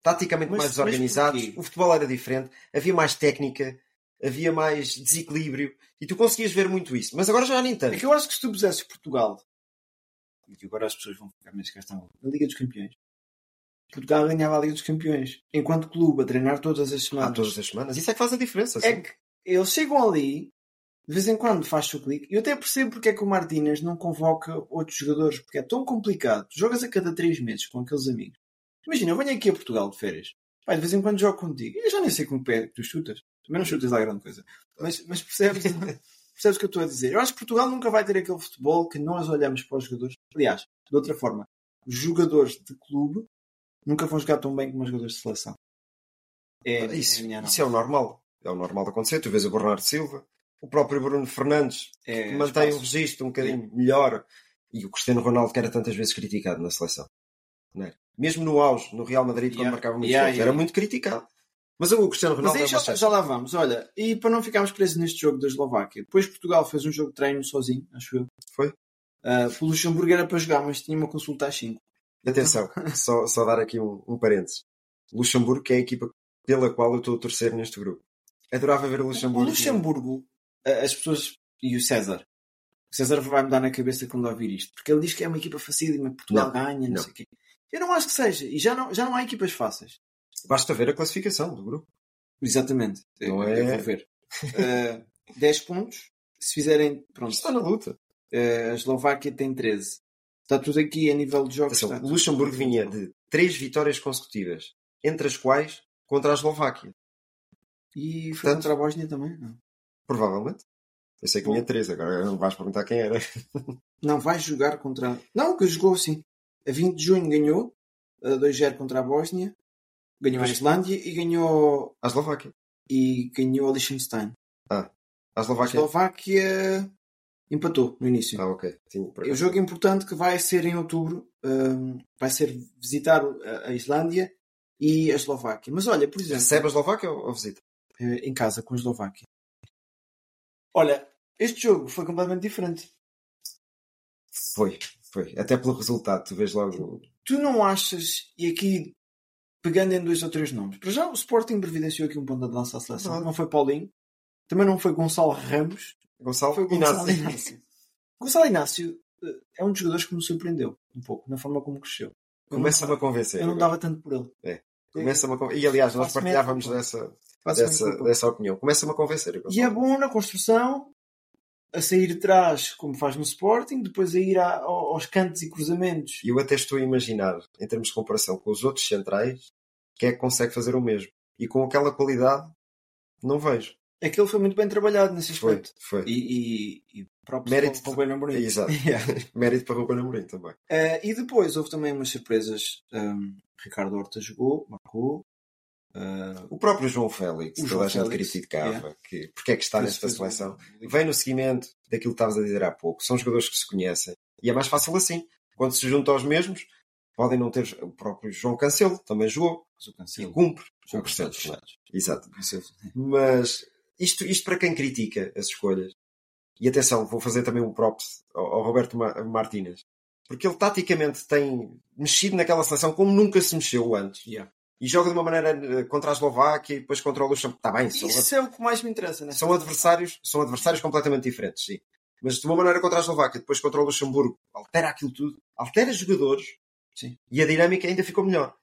A: taticamente
K: Mas-
A: mais
K: mas
A: desorganizados
K: porquê?
A: o futebol era diferente havia mais técnica havia mais desequilíbrio e tu conseguias ver muito isso mas agora já nem
K: É
A: tanto
K: que eu acho que se tu pusesses Portugal, e agora as pessoas vão ficar mais castanho, na Liga dos Campeões, Portugal ganhava a Liga dos Campeões, enquanto clube, a treinar todas as
A: há
K: semanas.
A: todas as semanas isso é que faz a diferença
K: É
A: sim.
K: que eles chegam ali, de vez em quando faz o clique, e eu até percebo porque é que o Martínez não convoca outros jogadores, porque é tão complicado. Tu Jogas a cada três meses com aqueles amigos. Imagina, eu venho aqui a Portugal de férias. Pai, de vez em quando jogo contigo. Eu já nem sei com o pé que tu chutas. Também não chutas lá grande coisa. Mas, mas
A: *laughs*
K: percebes, percebes o que eu estou a dizer? Eu acho que Portugal nunca vai ter aquele futebol que nós olhamos para os jogadores. Aliás, de outra forma, os jogadores de clube nunca vão jogar tão bem como os jogadores de seleção. É, é a
A: isso,
K: minha análise.
A: isso é o normal é o normal de acontecer tu vês o Bernardo Silva o próprio Bruno Fernandes
K: É
A: que mantém
K: espaço.
A: um registro um bocadinho melhor. E o Cristiano Ronaldo, que era tantas vezes criticado na seleção. Não era? Mesmo no auge, no Real Madrid, quando
K: Yeah.
A: marcava muitos
K: Yeah,
A: gols,
K: yeah.
A: era muito criticado. Mas o Cristiano
K: Mas
A: Ronaldo
K: aí
A: é
K: já,
A: uma
K: já lá vamos, olha. E para não ficarmos presos neste jogo da Eslováquia, depois Portugal fez um jogo de treino sozinho, acho eu.
A: Foi.
K: Ah, pelo Luxemburgo era para jogar, mas tinha uma consulta às 5. *laughs*
A: Atenção, só, só dar aqui um, um parênteses. Luxemburgo, que é a equipa pela qual eu estou a torcer neste grupo. Adorava ver o
K: O
A: Luxemburgo.
K: Luxemburgo, ah, as pessoas. E o César. O César vai me dar na cabeça quando ouvir isto, porque ele diz que é uma equipa facílima, que Portugal
A: Não,
K: ganha, não,
A: não.
K: sei o quê. Eu não acho que seja, e já não, já não há equipas fáceis.
A: Basta ver a classificação do grupo.
K: Exatamente.
A: Não
K: eu, eu
A: é?
K: vou ver. Ah, 10 pontos, se fizerem. Pronto,
A: Está na luta.
K: ah, a Eslováquia tem 13. Está tudo aqui a nível de jogos.
A: Atenção,
K: está
A: o
K: tudo-
A: Luxemburgo vinha de três vitórias consecutivas, entre as quais contra a Eslováquia.
K: E foi
A: Portanto-
K: contra a Bósnia também? Não.
A: Provavelmente. Eu sei que
K: Bom.
A: tinha três, agora não vais perguntar quem era.
K: Não, vai jogar contra. Não, que jogou sim. A 20 de junho ganhou a 2-0 contra a Bósnia, ganhou a Islândia e ganhou,
A: A Eslováquia.
K: e ganhou a Liechtenstein.
A: A
K: A
A: Eslováquia.
K: Eslováquia empatou no início.
A: Ah, ok. Sim, por
K: É um
A: acaso.
K: jogo importante que vai ser em outubro. hum, vai ser visitar a- a Islândia e a Eslováquia. Mas olha, por exemplo,
A: Recebe a Eslováquia ou, ou visita?
K: eh, em casa com a Eslováquia. Olha, este jogo foi completamente diferente.
A: Foi, foi. Até pelo resultado, tu vês logo.
K: tu não achas, e aqui pegando em dois ou três nomes. Para já, o Sporting previdenciou aqui um ponto de lança à seleção. Não foi Paulinho, também não foi Gonçalo Ramos,
A: Gonçalo
K: foi o Gonçalo
A: Inácio. *laughs*
K: Inácio. Gonçalo Inácio eh, é um dos jogadores que me surpreendeu um pouco na forma como cresceu. Eu não
A: Começa-me a
K: dava-
A: convencer.
K: Eu não dava tanto por ele.
A: É.
K: É.
A: Começa-me a convencer. E aliás, nós
K: Faço média,
A: partilhávamos
K: pá.
A: dessa,
K: Faço mesmo
A: dessa,
K: pouco.
A: dessa opinião. Começa-me a convencer. Gonçalo.
K: E é bom na construção, a sair de trás, como faz no Sporting, depois a ir a- ao- aos cantos e cruzamentos.
A: E eu até estou a imaginar, em termos de comparação com os outros centrais, quem é que consegue fazer o mesmo. E com aquela qualidade, não vejo.
K: Aquilo foi muito bem trabalhado nesse
A: Foi,
K: aspecto.
A: foi.
K: E, e, e próprio
A: Mérito-
K: para o Ruben Amorim.
A: Exato.
K: um *laughs* Yeah.
A: Mérito para Ruben Amorim também.
K: Eh, e depois houve também umas surpresas. Um, Ricardo Horta jogou, marcou. Eh,
A: O próprio João Félix,
K: O
A: toda
K: João
A: a gente
K: Félix,
A: criticava
K: yeah.
A: que, porque é que está
K: Fez-
A: nesta
K: fez um-
A: seleção. Vem no seguimento daquilo que estavas a dizer há pouco. São jogadores que se conhecem. E é mais fácil assim. Quando se junta aos mesmos, podem não ter. O próprio João Cancelo também jogou.
K: mas o
A: E
K: Cancelo
A: cumpre.
K: joga
A: Cumpre
K: todos
A: sempre.
K: os
A: não é?
K: lados.
A: Exato.
K: O Cancelo-
A: Mas isto, isto para quem critica as escolhas, e atenção, vou fazer também um props ao, ao Roberto Ma Martínez, porque ele taticamente tem mexido naquela seleção como nunca se mexeu antes.
K: Yeah.
A: E joga de uma maneira eh, contra a Eslováquia e depois contra o Luxemburgo. Está bem, são,
K: Isso é o que mais me interessa, né?
A: são adversários, são adversários completamente diferentes, sim. Mas de uma maneira contra a Eslováquia, depois contra o Luxemburgo, altera aquilo tudo, altera jogadores
K: Sim.
A: e a dinâmica ainda ficou melhor.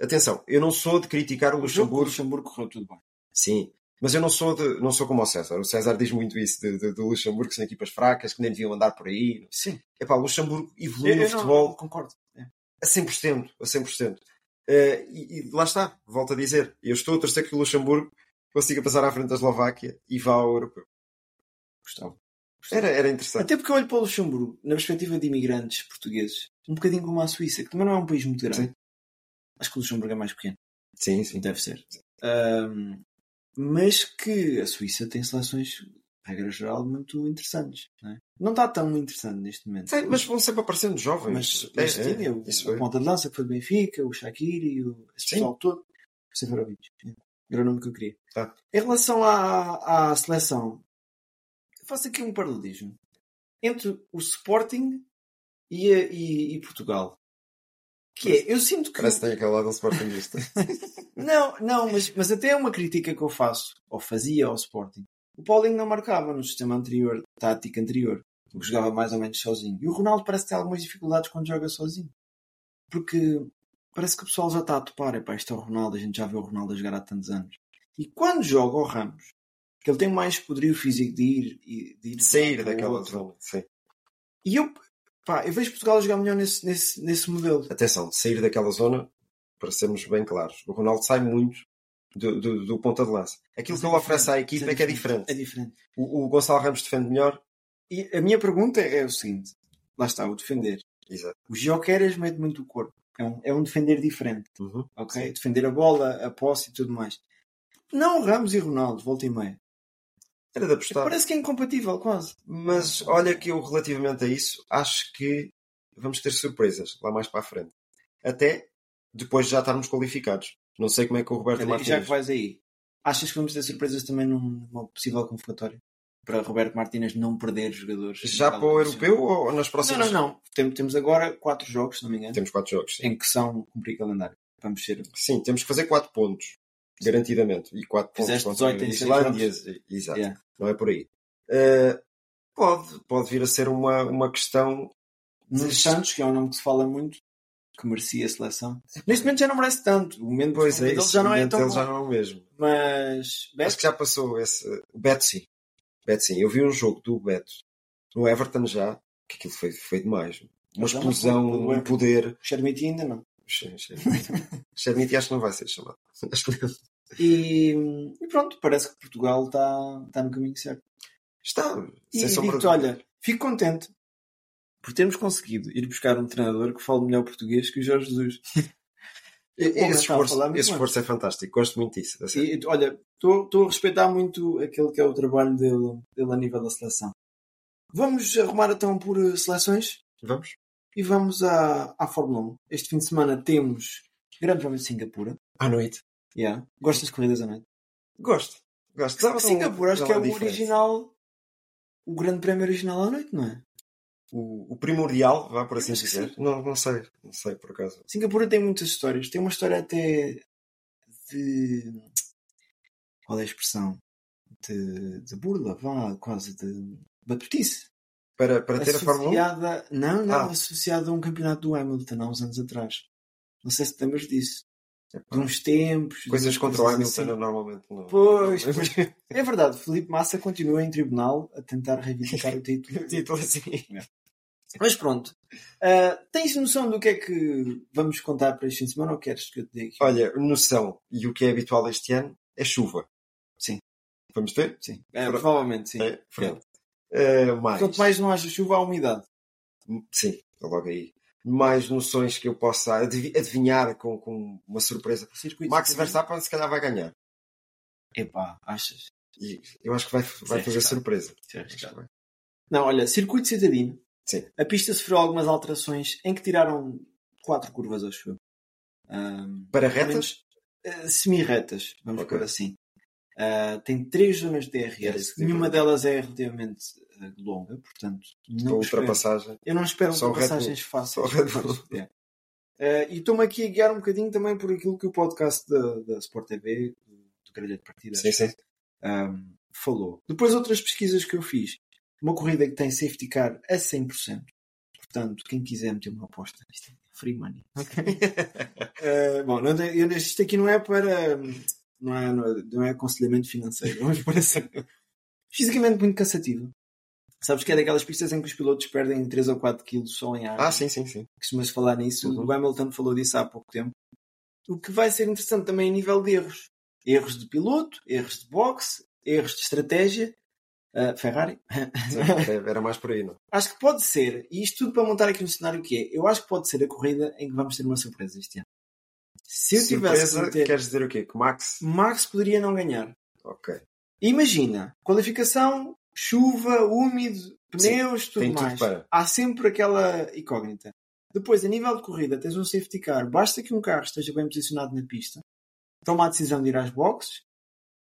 A: Atenção, eu não sou de criticar o
K: O jogo com o
A: Luxemburgo
K: Luxemburgo correu tudo bem.
A: Sim. Mas eu não sou, de, não sou como o César. O César diz muito isso de- de- do Luxemburgo, que são equipas fracas, que nem deviam andar por aí.
K: Sim,
A: Epá, o Luxemburgo evoluiu
K: eu,
A: no
K: eu
A: futebol
K: não concordo.
A: a 100%. A 100%. Eh, e, e lá está, volto a dizer. Eu estou a torcer que o Luxemburgo consiga passar à frente da Eslováquia e vá ao europeu.
K: Gostava.
A: Era, era interessante.
K: Até porque eu olho para o Luxemburgo, na perspectiva de imigrantes portugueses, um bocadinho como a Suíça, que também não é um país muito grande. Acho que o Luxemburgo é mais pequeno.
A: Sim, sim.
K: Deve ser. Ahm, mas que a Suíça tem seleções, regra geral, muito interessantes. Não, é? Não está tão interessante neste momento.
A: Sim, mas vão sempre aparecendo jovens.
K: mas,
A: É,
K: mas
A: é,
K: tinha o,
A: isso
K: o
A: foi.
K: ponta de lança que foi do Benfica, o Shaqiri, o, esse
A: Sim.
K: pessoal todo. O Seferovic. é, Era o nome que eu queria.
A: Tá.
K: Em relação à, à seleção, eu faço aqui um paralelismo. Entre o Sporting e, a- e- e Portugal. Que é, eu sinto que...
A: Parece que tem aquele lado do *laughs* Sportingista.
K: Não, não, mas, mas até é uma crítica que eu faço, ou fazia ao Sporting. O Paulinho não marcava no sistema anterior, tático anterior, porque jogava mais ou menos sozinho. E o Ronaldo parece que tem algumas dificuldades quando joga sozinho. Porque parece que o pessoal já está a topar, epá, este é o Ronaldo, a gente já viu o Ronaldo a jogar há tantos anos. E quando joga o Ramos, que ele tem mais poderio físico de ir e de ir
A: De sair
K: para o
A: daquela
K: outro.
A: zona. Sim.
K: E eu, pá, eu vejo Portugal jogar melhor nesse, nesse, nesse modelo.
A: atenção, de sair daquela zona, para sermos bem claros, o Ronaldo sai muito do, do- do ponta de lança. Aquilo que ele oferece à equipa é que é diferente.
K: É diferente.
A: O, o Gonçalo Ramos defende melhor.
K: E a minha pergunta é o seguinte: lá está, o defender.
A: Exato.
K: O Gioqueras mete muito o corpo. É um, é um defender diferente,
A: Uhum.
K: ok? Defender a bola, a posse e tudo mais. Não o Ramos e Ronaldo, volta e meia.
A: Era de apostar.
K: Parece que é incompatível, quase.
A: Mas olha que eu, relativamente a isso, acho que vamos ter surpresas lá mais para a frente. Até depois de já estarmos qualificados. Não sei como é que o Roberto
K: Olha, e
A: Martins.
K: já que vais aí, achas que vamos ter surpresas também num- numa possível convocatória? Para Roberto Martínez não perder jogadores.
A: Já para o europeu ou nas
K: Não,
A: próximas?
K: não, não. Tem- Temos agora quatro jogos, se não me engano,
A: Temos quatro jogos. Sim.
K: em que são cumprir calendário. Vamos ser.
A: Sim, temos que fazer quatro pontos. Garantidamente. E quatro pontos
K: Fizeste
A: contra
K: 18 em seis
A: Islândia. Exato.
K: Yeah.
A: não é por aí. Uh, pode, pode vir a ser uma, uma questão.
K: Nuno Santos, que é um nome que se fala muito, que merecia a seleção. Neste momento já não merece tanto. O momento
A: Pois é,
K: ele
A: isso,
K: já não é
A: momento
K: tão
A: ele
K: bom.
A: já não é o mesmo.
K: Mas.
A: Acho que já passou esse. O Beto, sim. Beto, sim. Eu vi um jogo do Beto no Everton já, que aquilo foi, foi demais. Uma
K: Mas é uma
A: explosão,
K: coisa do
A: um
K: Everton.
A: poder.
K: Xermiti ainda não. *laughs*
A: Xermiti acho que não vai ser chamado. Acho que não.
K: E, e pronto, parece que Portugal está tá no caminho certo.
A: Está,
K: E,
A: sem
K: e
A: sombra
K: digo-te,
A: de dúvida.
K: olha, fico contente por termos conseguido ir buscar um treinador que fale melhor português que o Jorge
A: *laughs*
K: Jesus. Como
A: Esse
K: eu estava a
A: esforço,
K: falar, muito
A: esse
K: bem.
A: esforço é fantástico. Gosto muito disso. a sério.
K: E, e, olha, estou a respeitar muito aquele que é o trabalho dele, dele a nível da seleção. Vamos arrumar então por eh, seleções?
A: Vamos?
K: E vamos à, à Fórmula 1. Este fim de semana temos Grande Prémio de Singapura.
A: À noite.
K: Yeah. Gostas de corridas à noite?
A: Gosto. Gosto. Dava-se um-
K: Singapura, acho que é o
A: dava diferente.
K: original. O Grande Prémio original à noite, não é?
A: o, o primordial, vá por assim dizer. Não, não sei, não sei por acaso.
K: Singapura tem muitas histórias. Tem uma história até de. Qual é a expressão? De, de burla, vá, quase de batutice.
A: Para, para ter a
K: um?
A: Fórmula 1?
K: Associada. Não, não,
A: Ah.
K: associada a um campeonato do Hamilton há uns anos atrás. Não sei se te lembras disso.
A: Epá,
K: De uns tempos.
A: Coisas
K: de
A: contra o Hamilton
K: assim.
A: eu normalmente não.
K: Pois,
A: não-
K: É verdade, Felipe Massa continua em tribunal a tentar reivindicar o
A: *laughs*
K: título.
A: título assim.
K: Mas pronto. Ah, tens noção do que é que vamos contar para esta semana ou queres que eu te diga?
A: Olha, noção, e o que é habitual este ano é chuva.
K: Sim.
A: Vamos ver?
K: Sim, é,
A: Pronto.
K: provavelmente sim.
A: É, pronto. Eh, mais.
K: Quanto mais não haja chuva, há umidade.
A: Sim, é logo aí. Mais noções que eu possa adiv- adivinhar com, com uma surpresa.
K: O circuito
A: Max
K: também-
A: Verstappen se calhar vai ganhar.
K: Epá, achas?
A: E eu acho que vai, vai
K: Sim,
A: fazer
K: está.
A: surpresa.
K: Isso é
A: Acho que
K: arriscado.
A: vai.
K: Não, olha, circuito citadino.
A: Sim.
K: A pista sofreu algumas alterações em que tiraram quatro curvas, acho eu. Ahm,
A: Para retas?
K: eh, semi-retas, vamos
A: Ok.
K: por assim. Ah, tem três zonas de
A: Era
K: DRS.
A: isso que eu ia
K: Nenhuma
A: perguntar.
K: delas é relativamente eh, longa, portanto,
A: Para
K: não espero-
A: ultrapassagem.
K: Eu não espero
A: Só o Red
K: ultrapassagens
A: Bull.
K: fáceis.
A: Só o Red Bull.
K: Pois, é. Eh, e estou-me aqui a guiar um bocadinho também por aquilo que o podcast da, da Sport TV, do, do Grelha de Partidas,
A: Sim, sim.
K: ahm, falou. Depois outras pesquisas que eu fiz. Uma corrida que tem safety car a 100%. Portanto, quem quiser meter uma aposta, isto é free money. *laughs* Eh, bom, não tem- eu- isto aqui não é para. Não é, não é, não é aconselhamento financeiro, vamos por assim. Fisicamente muito cansativo. Sabes que é daquelas pistas em que os pilotos perdem 3 ou 4 quilos só em ar.
A: Ah, sim, sim, sim.
K: Costumas falar nisso.
A: Uhum.
K: O Hamilton falou disso há pouco tempo. O que vai ser interessante também a nível de erros. Erros de piloto, erros de boxe, erros de estratégia. Ah, Ferrari.
A: Sim, era- Era mais por aí, não? é?
K: acho que pode ser, e isto tudo para montar aqui um cenário que é, eu acho que pode ser a corrida em que vamos ter uma surpresa este ano. *laughs* Se eu tivesse
A: surpresa,
K: que meter,
A: queres dizer o quê? Que é Max?
K: Max poderia não ganhar.
A: Ok.
K: Imagina, qualificação, chuva, úmido, pneus, tudo
A: tem tudo
K: mais.
A: para.
K: Há sempre aquela incógnita. Depois, a nível de corrida, tens um safety car. Basta que um carro esteja bem posicionado na pista. Toma a decisão de ir às boxes,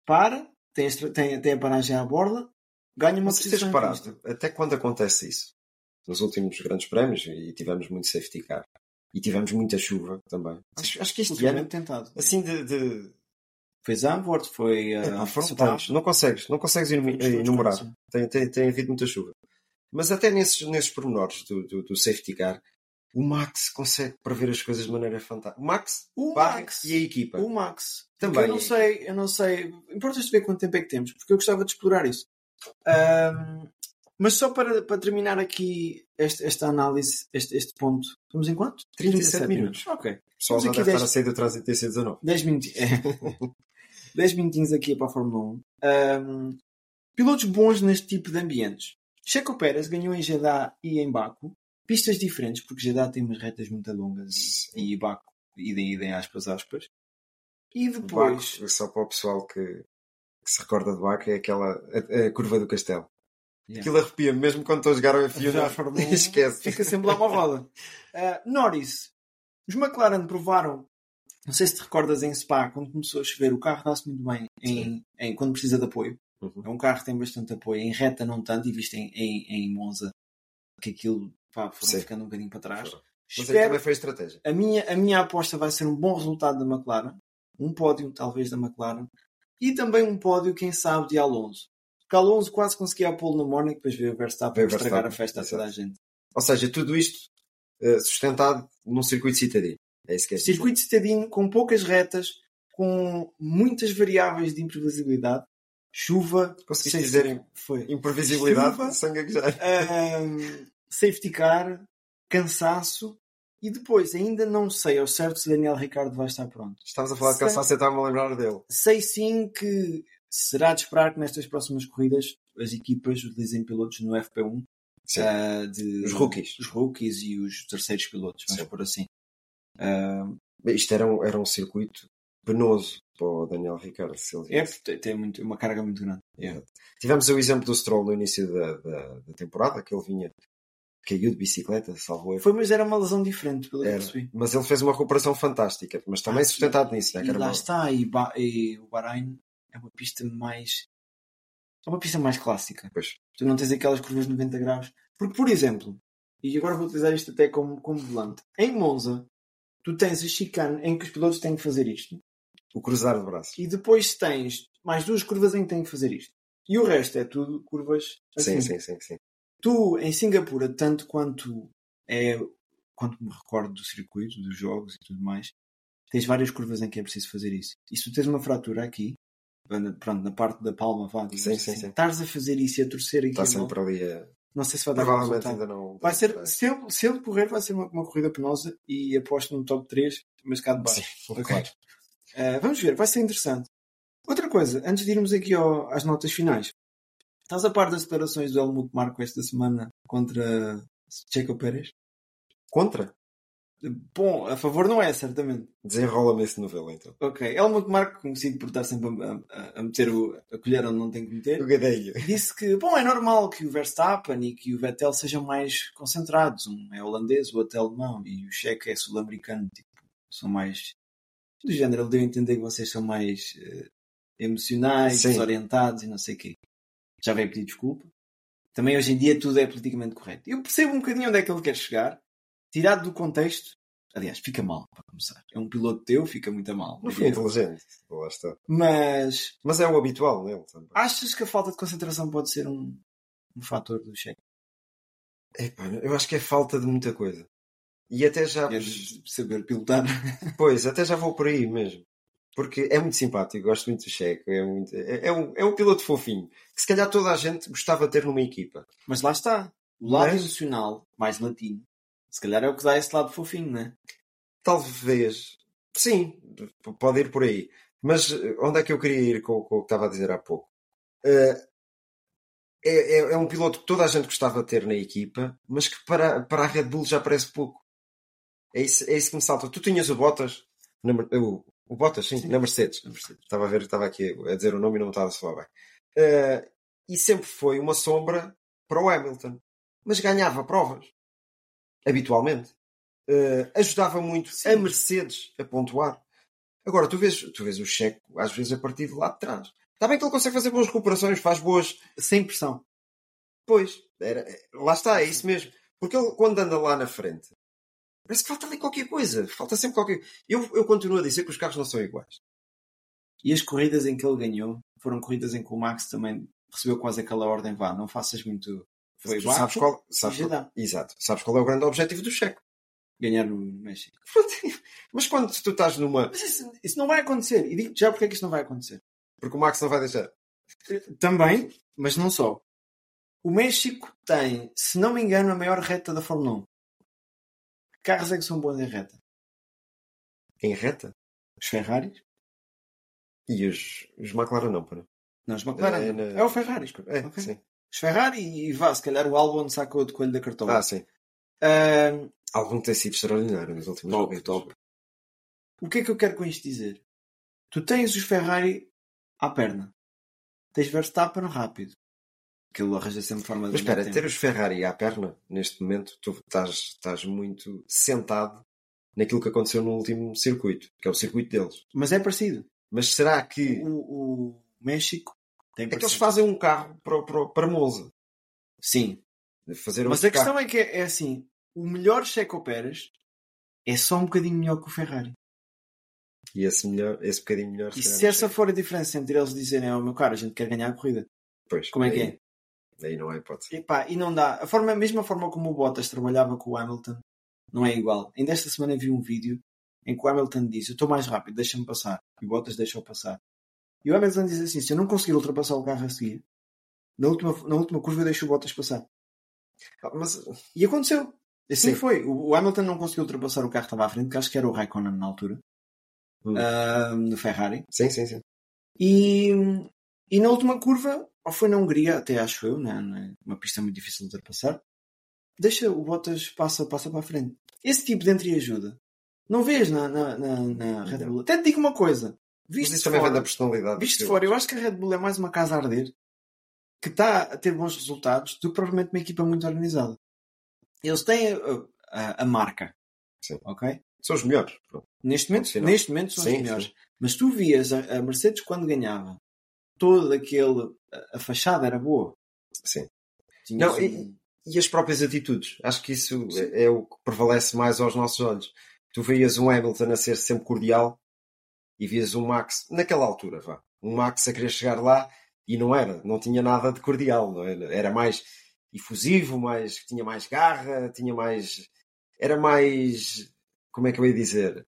K: para, tem a, estra- tem, tem a paragem à borda, ganha uma
A: Mas é se tens
K: posição em pista.
A: reparado, até quando acontece isso? Nos últimos grandes prémios, e tivemos muito safety car. E tivemos muita chuva também. Acho, acho que este ano,
K: Ultimamente tentado.
A: assim de... de...
K: Foi Zandvoort, foi...
A: É,
K: Uh,
A: pá, foram tantos. Não consegues, não consegues enum- eh,
K: Vamos, vamos,
A: enumerar.
K: vamos.
A: Tem, tem, tem havido muita chuva. Mas até nesses, nesses pormenores do, do, do safety car, o Max consegue prever as coisas de maneira fantástica. O Max,
K: O
A: Barra
K: Max.
A: e a equipa.
K: O Max.
A: Também.
K: Porque Eu não sei, eu não sei. Importa-te ver quanto tempo é que temos, porque eu gostava de explorar isso. Ahm, mas só para, para terminar aqui este- esta análise, este, este ponto. Estamos em quanto?
A: 37 minutos.
K: Ok.
A: O pessoal
K: Temos
A: já
K: aqui
A: deve estar
K: dez-
A: a sair do trânsito desse 19.
K: 10 *laughs* minutinhos. 10 minutinhos aqui para a Fórmula 1. Ahm, pilotos bons neste tipo de ambientes. Checo Pérez ganhou em Jeddah e em Baku. Pistas diferentes, porque Jeddah tem umas retas muito longas e, e Baku, idem, idem, aspas, aspas. E depois...
A: Baco, é só para o pessoal que, que se recorda de Baco, é aquela a, a curva do castelo.
K: Yeah.
A: Aquilo arrepia, mesmo quando estou a jogar o F1,
K: Já
A: *laughs*
K: formou um,
A: esquece.
K: Fica sempre lá uma roda. Ah, Norris. Os McLaren provaram, não sei se te recordas em Spa, quando começou a chover, o carro dá-se muito bem em, em- quando precisa de apoio.
A: Uhum.
K: É um carro que tem bastante apoio. Em reta não tanto, e visto em, em, em Monza, que aquilo pá, foram
A: Sim.
K: ficando um bocadinho para trás.
A: Foram. Mas aí
K: Espero,
A: também foi estratégia.
K: a, minha, a minha aposta vai ser um bom resultado da McLaren. Um pódio, talvez, da McLaren. E também um pódio, quem sabe, de Alonso. Porque Alonso quase conseguia a pole na Mónaco, depois veio o Verstappen
A: Veio o
K: estragar a
A: Verstappen,
K: festa a toda a gente.
A: Ou seja, tudo isto eh, sustentado num circuito citadino. É isso que é
K: Circuito citadino com poucas retas, com muitas variáveis de imprevisibilidade. Chuva,
A: Conseguiste
K: safety-
A: dizer
K: foi.
A: Imprevisibilidade,
K: Chuva.
A: sangue a guejar.
K: Ahm, safety car, cansaço e depois ainda não sei ao certo se Daniel Ricardo vai estar pronto.
A: Estávamos a falar de cansaço e estava-me a lembrar dele.
K: Sei sim que será de esperar que nestas próximas corridas as equipas utilizem pilotos no FP1
A: Sim.
K: ah, de-
A: Os rookies.
K: os rookies e os terceiros pilotos, vamos
A: Sim.
K: por assim. Ah,
A: Bem, Isto era um, era um circuito penoso para o Daniel Ricardo. se ele-
K: é, tem- tem muito- uma carga muito grande.
A: Tivemos o exemplo do Stroll no início da, da, da temporada, que ele vinha, caiu de bicicleta, salvou
K: Foi, mas era uma lesão diferente, pelo que eu
A: Era.
K: percebi.
A: Mas ele fez uma recuperação fantástica, mas também
K: Ah,
A: sustentado nisso, né? que
K: E
A: era
K: lá
A: uma-
K: está, e, Ba- e o Bahrein é uma pista mais. É uma pista mais clássica.
A: Pois.
K: Tu não tens aquelas curvas de 90 graus. Porque, por exemplo, e agora vou utilizar isto até como, como volante. Em Monza, tu tens a chicane em que os pilotos têm que fazer isto,
A: O cruzar de braços.
K: e depois tens mais duas curvas em que têm que fazer isto. E o resto é tudo curvas assim.
A: Sim, sim, sim, sim.
K: Tu, em Singapura, tanto quanto é quanto me recordo do circuito, dos jogos e tudo mais, tens várias curvas em que é preciso fazer isso. E se tu tens uma fratura aqui, na- pronto, na parte da palma, vá, digamos
A: Sim, sim,
K: assim,
A: sim.
K: estás a fazer isso e a torcer aqui,
A: Está
K: não,
A: sempre ali a.
K: não sei se vai dar
A: Provavelmente
K: resultado.
A: ainda não.
K: Vai ser, se ele, se ele correr, vai ser uma, uma corrida penosa e aposto no top 3, mas cá de baixo.
A: um
K: Agora, eh, vamos ver, vai ser interessante. Outra coisa, antes de irmos aqui ao- às notas finais, estás a par das declarações do Helmut Marco esta semana contra Checo Pérez?
A: Contra?
K: Bom, a favor não é, certamente.
A: Desenrola-me esse novelo então.
K: Ok, Helmut Marco, conhecido por estar sempre a, a- a meter o- a colher onde não tem que meter,
A: O gadelho.
K: disse que, bom, é normal que o Verstappen e que o Vettel sejam mais concentrados. Um é holandês, o outro é alemão e o checo é sul-americano. Tipo, são mais. Do género, ele deu a entender que vocês são mais eh, emocionais,
A: Sim.
K: desorientados e não sei o quê. Já veio pedir desculpa. Também hoje em dia tudo é politicamente correto. Eu percebo um bocadinho onde é que ele quer chegar. Tirado do contexto, aliás, fica mal para começar. É um piloto teu, fica muito a mal.
A: Não foi
K: diria eu.
A: inteligente. Lá está.
K: Mas
A: Mas é o habitual nele também.
K: Achas que a falta de concentração pode ser um, um fator do cheque?
A: Epá, eu acho que é falta de muita coisa. E até já.
K: É. Queres saber pilotar? *laughs*
A: Pois, até já vou por aí mesmo. Porque é muito simpático, gosto muito do Checo. É, muito, é, é um, é um piloto fofinho. Que se calhar toda a gente gostava de ter numa equipa.
K: Mas lá está. O lado
A: Mas-
K: emocional, mais latino, se calhar é o que dá esse lado fofinho, né?
A: Talvez. Sim, p- pode ir por aí. Mas eh, onde é que eu queria ir com, com o que estava a dizer há pouco? Eh, é, é- é um piloto que toda a gente gostava de ter na equipa, mas que para, para a Red Bull já parece pouco. É isso, é isso que me salta. Tu tinhas o Bottas, na Mer- o, o Bottas, sim, na Mercedes. Estava a ver, estava aqui a dizer o nome e não me estava a soar bem. Eh, e sempre foi uma sombra para o Hamilton, mas ganhava provas, habitualmente. Eh, ajudava muito a Mercedes a pontuar. Agora, tu vês, tu vês o checo, às vezes, a partir de lá de trás. Está bem que ele consegue fazer boas recuperações, faz boas.
K: Sem pressão.
A: Pois, era, é, lá está, é isso mesmo. Porque ele, quando anda lá na frente, parece que falta ali qualquer coisa. Falta sempre qualquer Eu, eu continuo a dizer que os carros não são iguais.
K: E as corridas em que ele ganhou foram corridas em que o Max também recebeu quase aquela ordem: vá, não faças muito. Foi
A: Tu
K: Baku,
A: sabes qual, sabes
K: já
A: qual-
K: dá.
A: exato, sabes qual é o grande objetivo do *laughs* checo.
K: ganhar no México.
A: Mas quando tu estás numa.
K: Mas isso, isso não vai acontecer. E digo-te já porque é que isso não vai acontecer.
A: Porque o Max não vai deixar.
K: Também, mas não só. O México tem, se não me engano, a maior reta da Fórmula 1. Que carros é que são bons em reta?
A: Em reta.
K: Os Ferraris?
A: E os, os McLaren não, para.
K: Não, os McLaren.
A: É,
K: não.
A: não.
K: É o Ferraris.
A: É,
K: Ok.
A: sim.
K: Os Ferrari e vá, se calhar o Albon sacou de coelho da cartola.
A: Ah, sim.
K: Ahm,
A: Algum tem sido extraordinário nos últimos
K: Top,
A: momentos.
K: top. o que é que eu quero com isto dizer? Tu tens os Ferrari à perna. Tens Verstappen rápido. Que ele arranja sempre forma de
A: Mas
K: ganhar
A: espera,
K: tempo.
A: ter os Ferrari à perna, neste momento, tu estás, estás muito sentado naquilo que aconteceu no último circuito, que é o circuito deles.
K: Mas é parecido.
A: Mas será que.
K: O, o México tem
A: É que eles
K: parecido.
A: fazem um carro para, para, para Monza.
K: Sim,
A: Fazer
K: Mas
A: outro
K: a questão
A: um carro.
K: é que é, é assim: o melhor Checo Pérez é só um bocadinho melhor que o Ferrari.
A: E esse, melhor, esse bocadinho melhor.
K: E
A: será
K: se
A: não
K: essa
A: sei.
K: for a diferença entre eles dizerem ao meu cara, a gente quer ganhar a corrida,
A: Pois,
K: como é que
A: aí,
K: é?
A: que é? Aí não há hipótese.
K: Epá, e não dá. A, forma, a mesma forma como o Bottas trabalhava com o Hamilton não é igual. Ainda esta semana vi um vídeo em que o Hamilton diz: Eu estou mais rápido, deixa-me passar. E o Bottas deixa-o passar. E o Hamilton diz assim: Se eu não conseguir ultrapassar o carro a seguir, na última, na última curva eu deixo o Bottas passar.
A: Ah, Mas
K: E aconteceu. Assim
A: Sim.
K: foi. O o Hamilton não conseguiu ultrapassar o carro que estava à frente, que acho que era o Raikkonen na altura,
A: Hum.
K: ahm, no Ferrari.
A: Sim, sim, sim.
K: E, e na última curva, ou foi na Hungria, até acho eu, né, né, uma pista muito difícil de ultrapassar, deixa o Bottas passa, passa para a frente. Esse tipo de entreajuda não vês na, na, na, na Red Bull. Até te digo uma coisa.
A: Mas
K: Visto
A: isso também vem da
K: fora,
A: personalidade.
K: visto
A: do
K: fora, eu acho que a Red Bull é mais uma casa a arder que está a ter bons resultados do que provavelmente uma equipa muito organizada. Eles têm a, a- a marca,
A: Sim.
K: ok?
A: São os melhores. Pronto.
K: Neste
A: Ponto
K: momento,
A: final.
K: neste momento são
A: Sim,
K: os melhores.
A: sim.
K: Mas tu vias a, a Mercedes quando ganhava, todo aquele. A, a fachada era boa.
A: Sim.
K: Tinhas
A: Não,
K: um-
A: e- e as próprias atitudes. Acho que isso é, é o que prevalece mais aos nossos olhos. Tu veias um Hamilton a ser sempre cordial e vias um Max, naquela altura, vá, um Max a querer chegar lá e não era, não tinha nada de cordial, não é? era, era mais efusivo, mais, tinha mais garra, tinha mais. Era mais. Como é que eu ia dizer?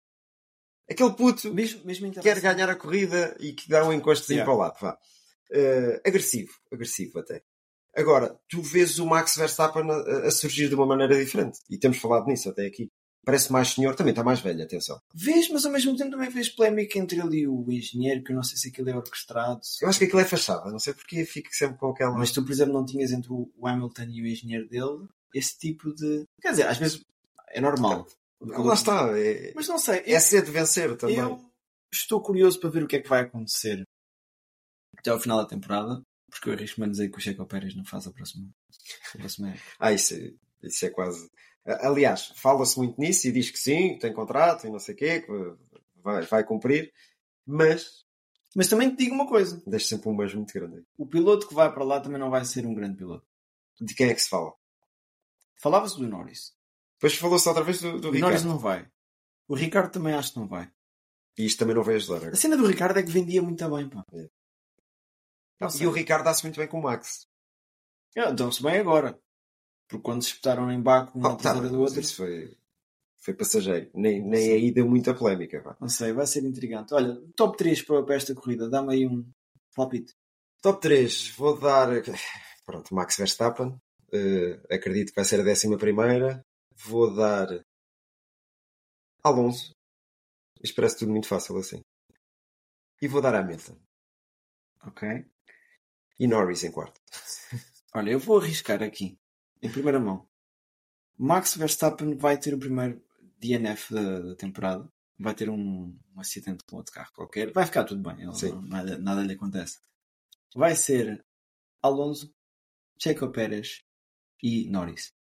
A: Aquele puto
K: Mesmo, mesmo em
A: que quer
K: relação-
A: ganhar a corrida e que dá um encostozinho
K: Yeah.
A: para o lado, vá. Eh, agressivo, agressivo até. Agora, tu vês o Max Verstappen a, a surgir de uma maneira diferente. E temos falado nisso até aqui. Parece mais senhor, também está mais velho, atenção.
K: Vês, mas ao mesmo tempo também vês polémica entre ele e o engenheiro, que eu não sei se aquilo é orquestrado. se-
A: Eu acho que aquilo é fachada, não sei porque fico sempre com aquela.
K: Mas tu, por exemplo, não tinhas entre o o Hamilton e o engenheiro dele esse tipo de. Quer dizer, às vezes é normal.
A: Ah, Lá está, é,
K: Mas não sei. eu-
A: é cedo vencer também.
K: Eu estou curioso para ver o que é que vai acontecer até ao final da temporada, porque eu arrisco-me a dizer que o Checo Pérez não faz a próxima. A próxima época.
A: Ah, isso, é- isso é quase. A- Aliás, fala-se muito nisso e diz que sim, que tem contrato e não sei o quê, que vai, vai cumprir, mas
K: Mas também te digo uma coisa:
A: deixa sempre um beijo muito grande.
K: o piloto que vai para lá também não vai ser um grande piloto.
A: De quem é que se fala?
K: Falava-se do Norris.
A: Depois falou-se outra vez do, do
K: O Norris
A: Ricardo.
K: não vai. O Ricardo também acho que não vai.
A: E isto também não vai ajudar. né?
K: A
A: Agora.
K: cena do Ricardo é que vendia muito bem, pá.
A: É. Tá
K: Não
A: E
K: sei.
A: o Ricardo dá-se muito bem com o Max.
K: Ah, Dão-se bem agora. Porque quando se espetaram em Baco, uma
A: Ah, tá,
K: atrás do
A: mas
K: outro,
A: Isso foi, foi passageiro. Nem, nem aí deu muita polémica. vá.
K: não sei, vai ser intrigante. Olha, top 3 para para esta corrida, dá-me aí um palpite.
A: Top 3, vou dar. Pronto, Max Verstappen. Eh, acredito que vai ser a décima primeira. Vou dar. Alonso. Isto parece tudo muito fácil assim. E vou dar Hamilton.
K: Ok.
A: E Norris em quarto.
K: Olha, eu vou arriscar aqui, em primeira mão. Max Verstappen vai ter o primeiro DNF da, da temporada. Vai ter um, um acidente com outro carro qualquer. Vai ficar tudo bem, ele-
A: Sim.
K: não- nada, nada lhe acontece. Vai ser Alonso, Checo Pérez e Norris.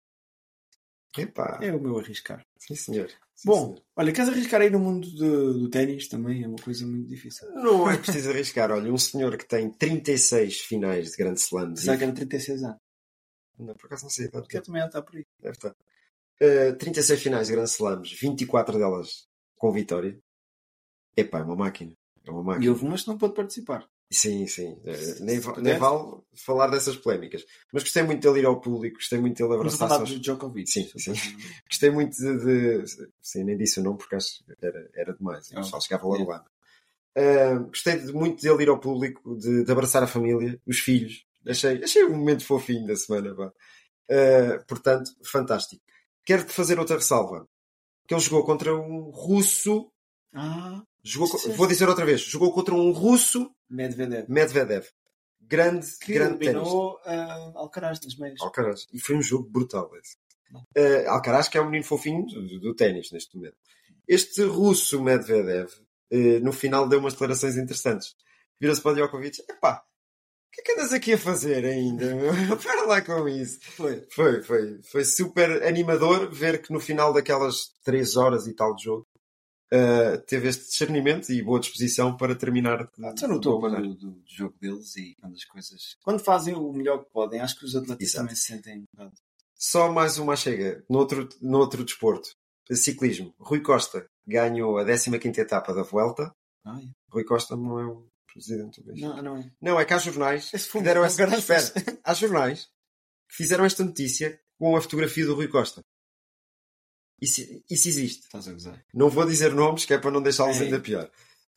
A: Epá,
K: É o meu arriscar.
A: sim senhor. Sim,
K: Bom,
A: senhor.
K: olha, queres arriscar aí no mundo de- do ténis também? É uma coisa muito difícil.
A: Não é preciso arriscar. Olha, um senhor que tem 36 finais de Grand Slams.
K: Será que é. era 36 anos?
A: Não, por acaso não sei.
K: Porque eu também está por aí.
A: é, Deve estar. Eh, 36 finais de Grand Slams, 24 delas com vitória. Epá, é uma máquina. É uma máquina.
K: E houve umas que não pôde participar.
A: Sim, sim. Eh,
K: Se-
A: Nem,
K: se
A: va-
K: pudesse.
A: nem vale falar dessas polémicas. Mas gostei muito dele ir ao público, gostei muito dele
K: Vamos
A: abraçar
K: falar
A: aos...
K: do Djokovic.
A: Sim, sim. *laughs* Gostei muito de, de- Sim, nem disse o nome porque acho que era, era demais.
K: Ah,
A: Eu só chegava logo
K: é.
A: lá. Ah, gostei de- muito dele ir ao público, de, de abraçar a família, os filhos. Achei, achei um momento fofinho da semana. pá. Ah, portanto, fantástico. Quero-te fazer outra ressalva. Que ele jogou contra um russo.
K: Ah,
A: Jogou, co-
K: Sim.
A: vou dizer outra vez. Jogou contra um russo
K: Medvedev.
A: Medvedev. Grande,
K: Que
A: grande tenista.
K: eliminou ah, Alcaraz nas meias.
A: Alcaraz. E foi um jogo brutal esse. Eh, Alcaraz, que é um menino fofinho do, do ténis neste momento. Este russo Medvedev, eh, no final, deu umas declarações interessantes. Vira-se para o Djokovic: epá, o que é que andas aqui a fazer ainda? meu? *laughs* Para lá com isso.
K: Foi.
A: Foi, foi, foi super animador ver que no final daquelas 3 horas e tal de jogo. eh, teve este discernimento e boa disposição para terminar. de-
K: Ah, Estou tá no
A: de boa
K: topo é?
A: maneira.
K: do, do jogo deles e quando as coisas. Quando fazem o melhor que podem, acho que os atletas
A: Exato.
K: também se sentem. um
A: Só mais uma chega. Noutro, noutro desporto. Ciclismo. Rui Costa ganhou a 15ª etapa da Vuelta.
K: Ai,
A: Rui Costa não é o presidente do México.
K: não, não é?
A: Não, é que há
K: *laughs*
A: jornais
K: Esse
A: que
K: foi um
A: fizeram essa...
K: caraças.
A: Espera, há jornais que fizeram esta notícia com a fotografia do Rui Costa. Isso, isso existe.
K: Estás a gozar.
A: Não vou dizer nomes, que é para não deixá-los
K: É.
A: ainda pior.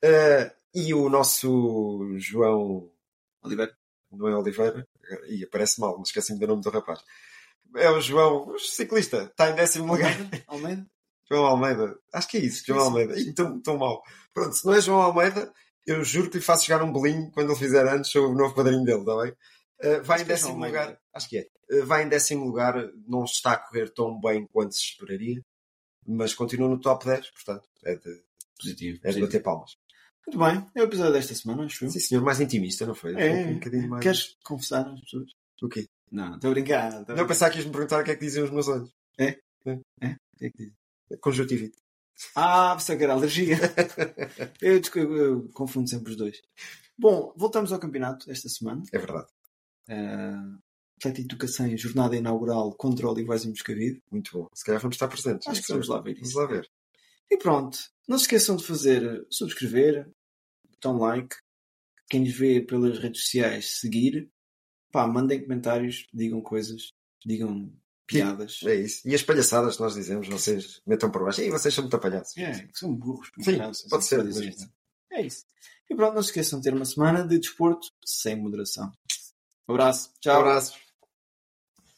A: Ah, e o nosso João
K: Oliveira.
A: não é Oliveira, e aparece mal, mas esqueci-me do nome do rapaz. É o João, o ciclista, está em décimo lugar.
K: Almeida? Almeida?
A: João Almeida, acho que é isso, João
K: Sim,
A: Almeida.
K: sim.
A: Ih, tão, tão mal. Pronto, se não é João Almeida, eu juro que lhe faço chegar um bolinho quando ele fizer anos, sou o novo padrinho dele, está bem? Uh, vai
K: Acho
A: em
K: que é
A: décimo
K: João Almeida.
A: lugar, acho que é. Uh, vai em décimo lugar, não está a correr tão bem quanto se esperaria, mas continua no top 10, portanto, é de,
K: Positivo.
A: é de
K: positivo.
A: bater palmas.
K: Muito bem, é o episódio desta semana, acho eu.
A: Sim, senhor, mais intimista, não foi?
K: É,
A: Foi um bocadinho mais.
K: Queres confessar às pessoas?
A: O quê?
K: Não, estou a brincar. estou a
A: Não
K: brincar.
A: pensar que ias me perguntar o que é que dizem os meus olhos.
K: O que é que diz?
A: Conjuntivite.
K: Ah, pensei que era *laughs* alergia. eu, descu- eu confundo sempre os dois. Bom, voltamos ao campeonato esta semana.
A: É verdade.
K: Ah, Atlético de Educação, jornada inaugural contra o Olivais e Moscavide.
A: Muito bom. Se calhar vamos estar presentes.
K: Acho que vamos lá ver
A: Vamos
K: isso.
A: lá ver.
K: E pronto, não se esqueçam de fazer eh, subscrever, botão like, quem nos vê pelas redes sociais seguir, pá, mandem comentários, digam coisas, digam piadas.
A: É isso. E as palhaçadas que nós dizemos, vocês metam por baixo. E vocês são muito palhaços.
K: É, que são burros. por
A: Sim,
K: acaso,
A: pode
K: assim,
A: ser,
K: para dizer
A: mas-
K: isso. É isso.
A: Um
K: E pronto, não se esqueçam de ter uma semana de desporto sem moderação. Abraço, tchau.
A: Abraços.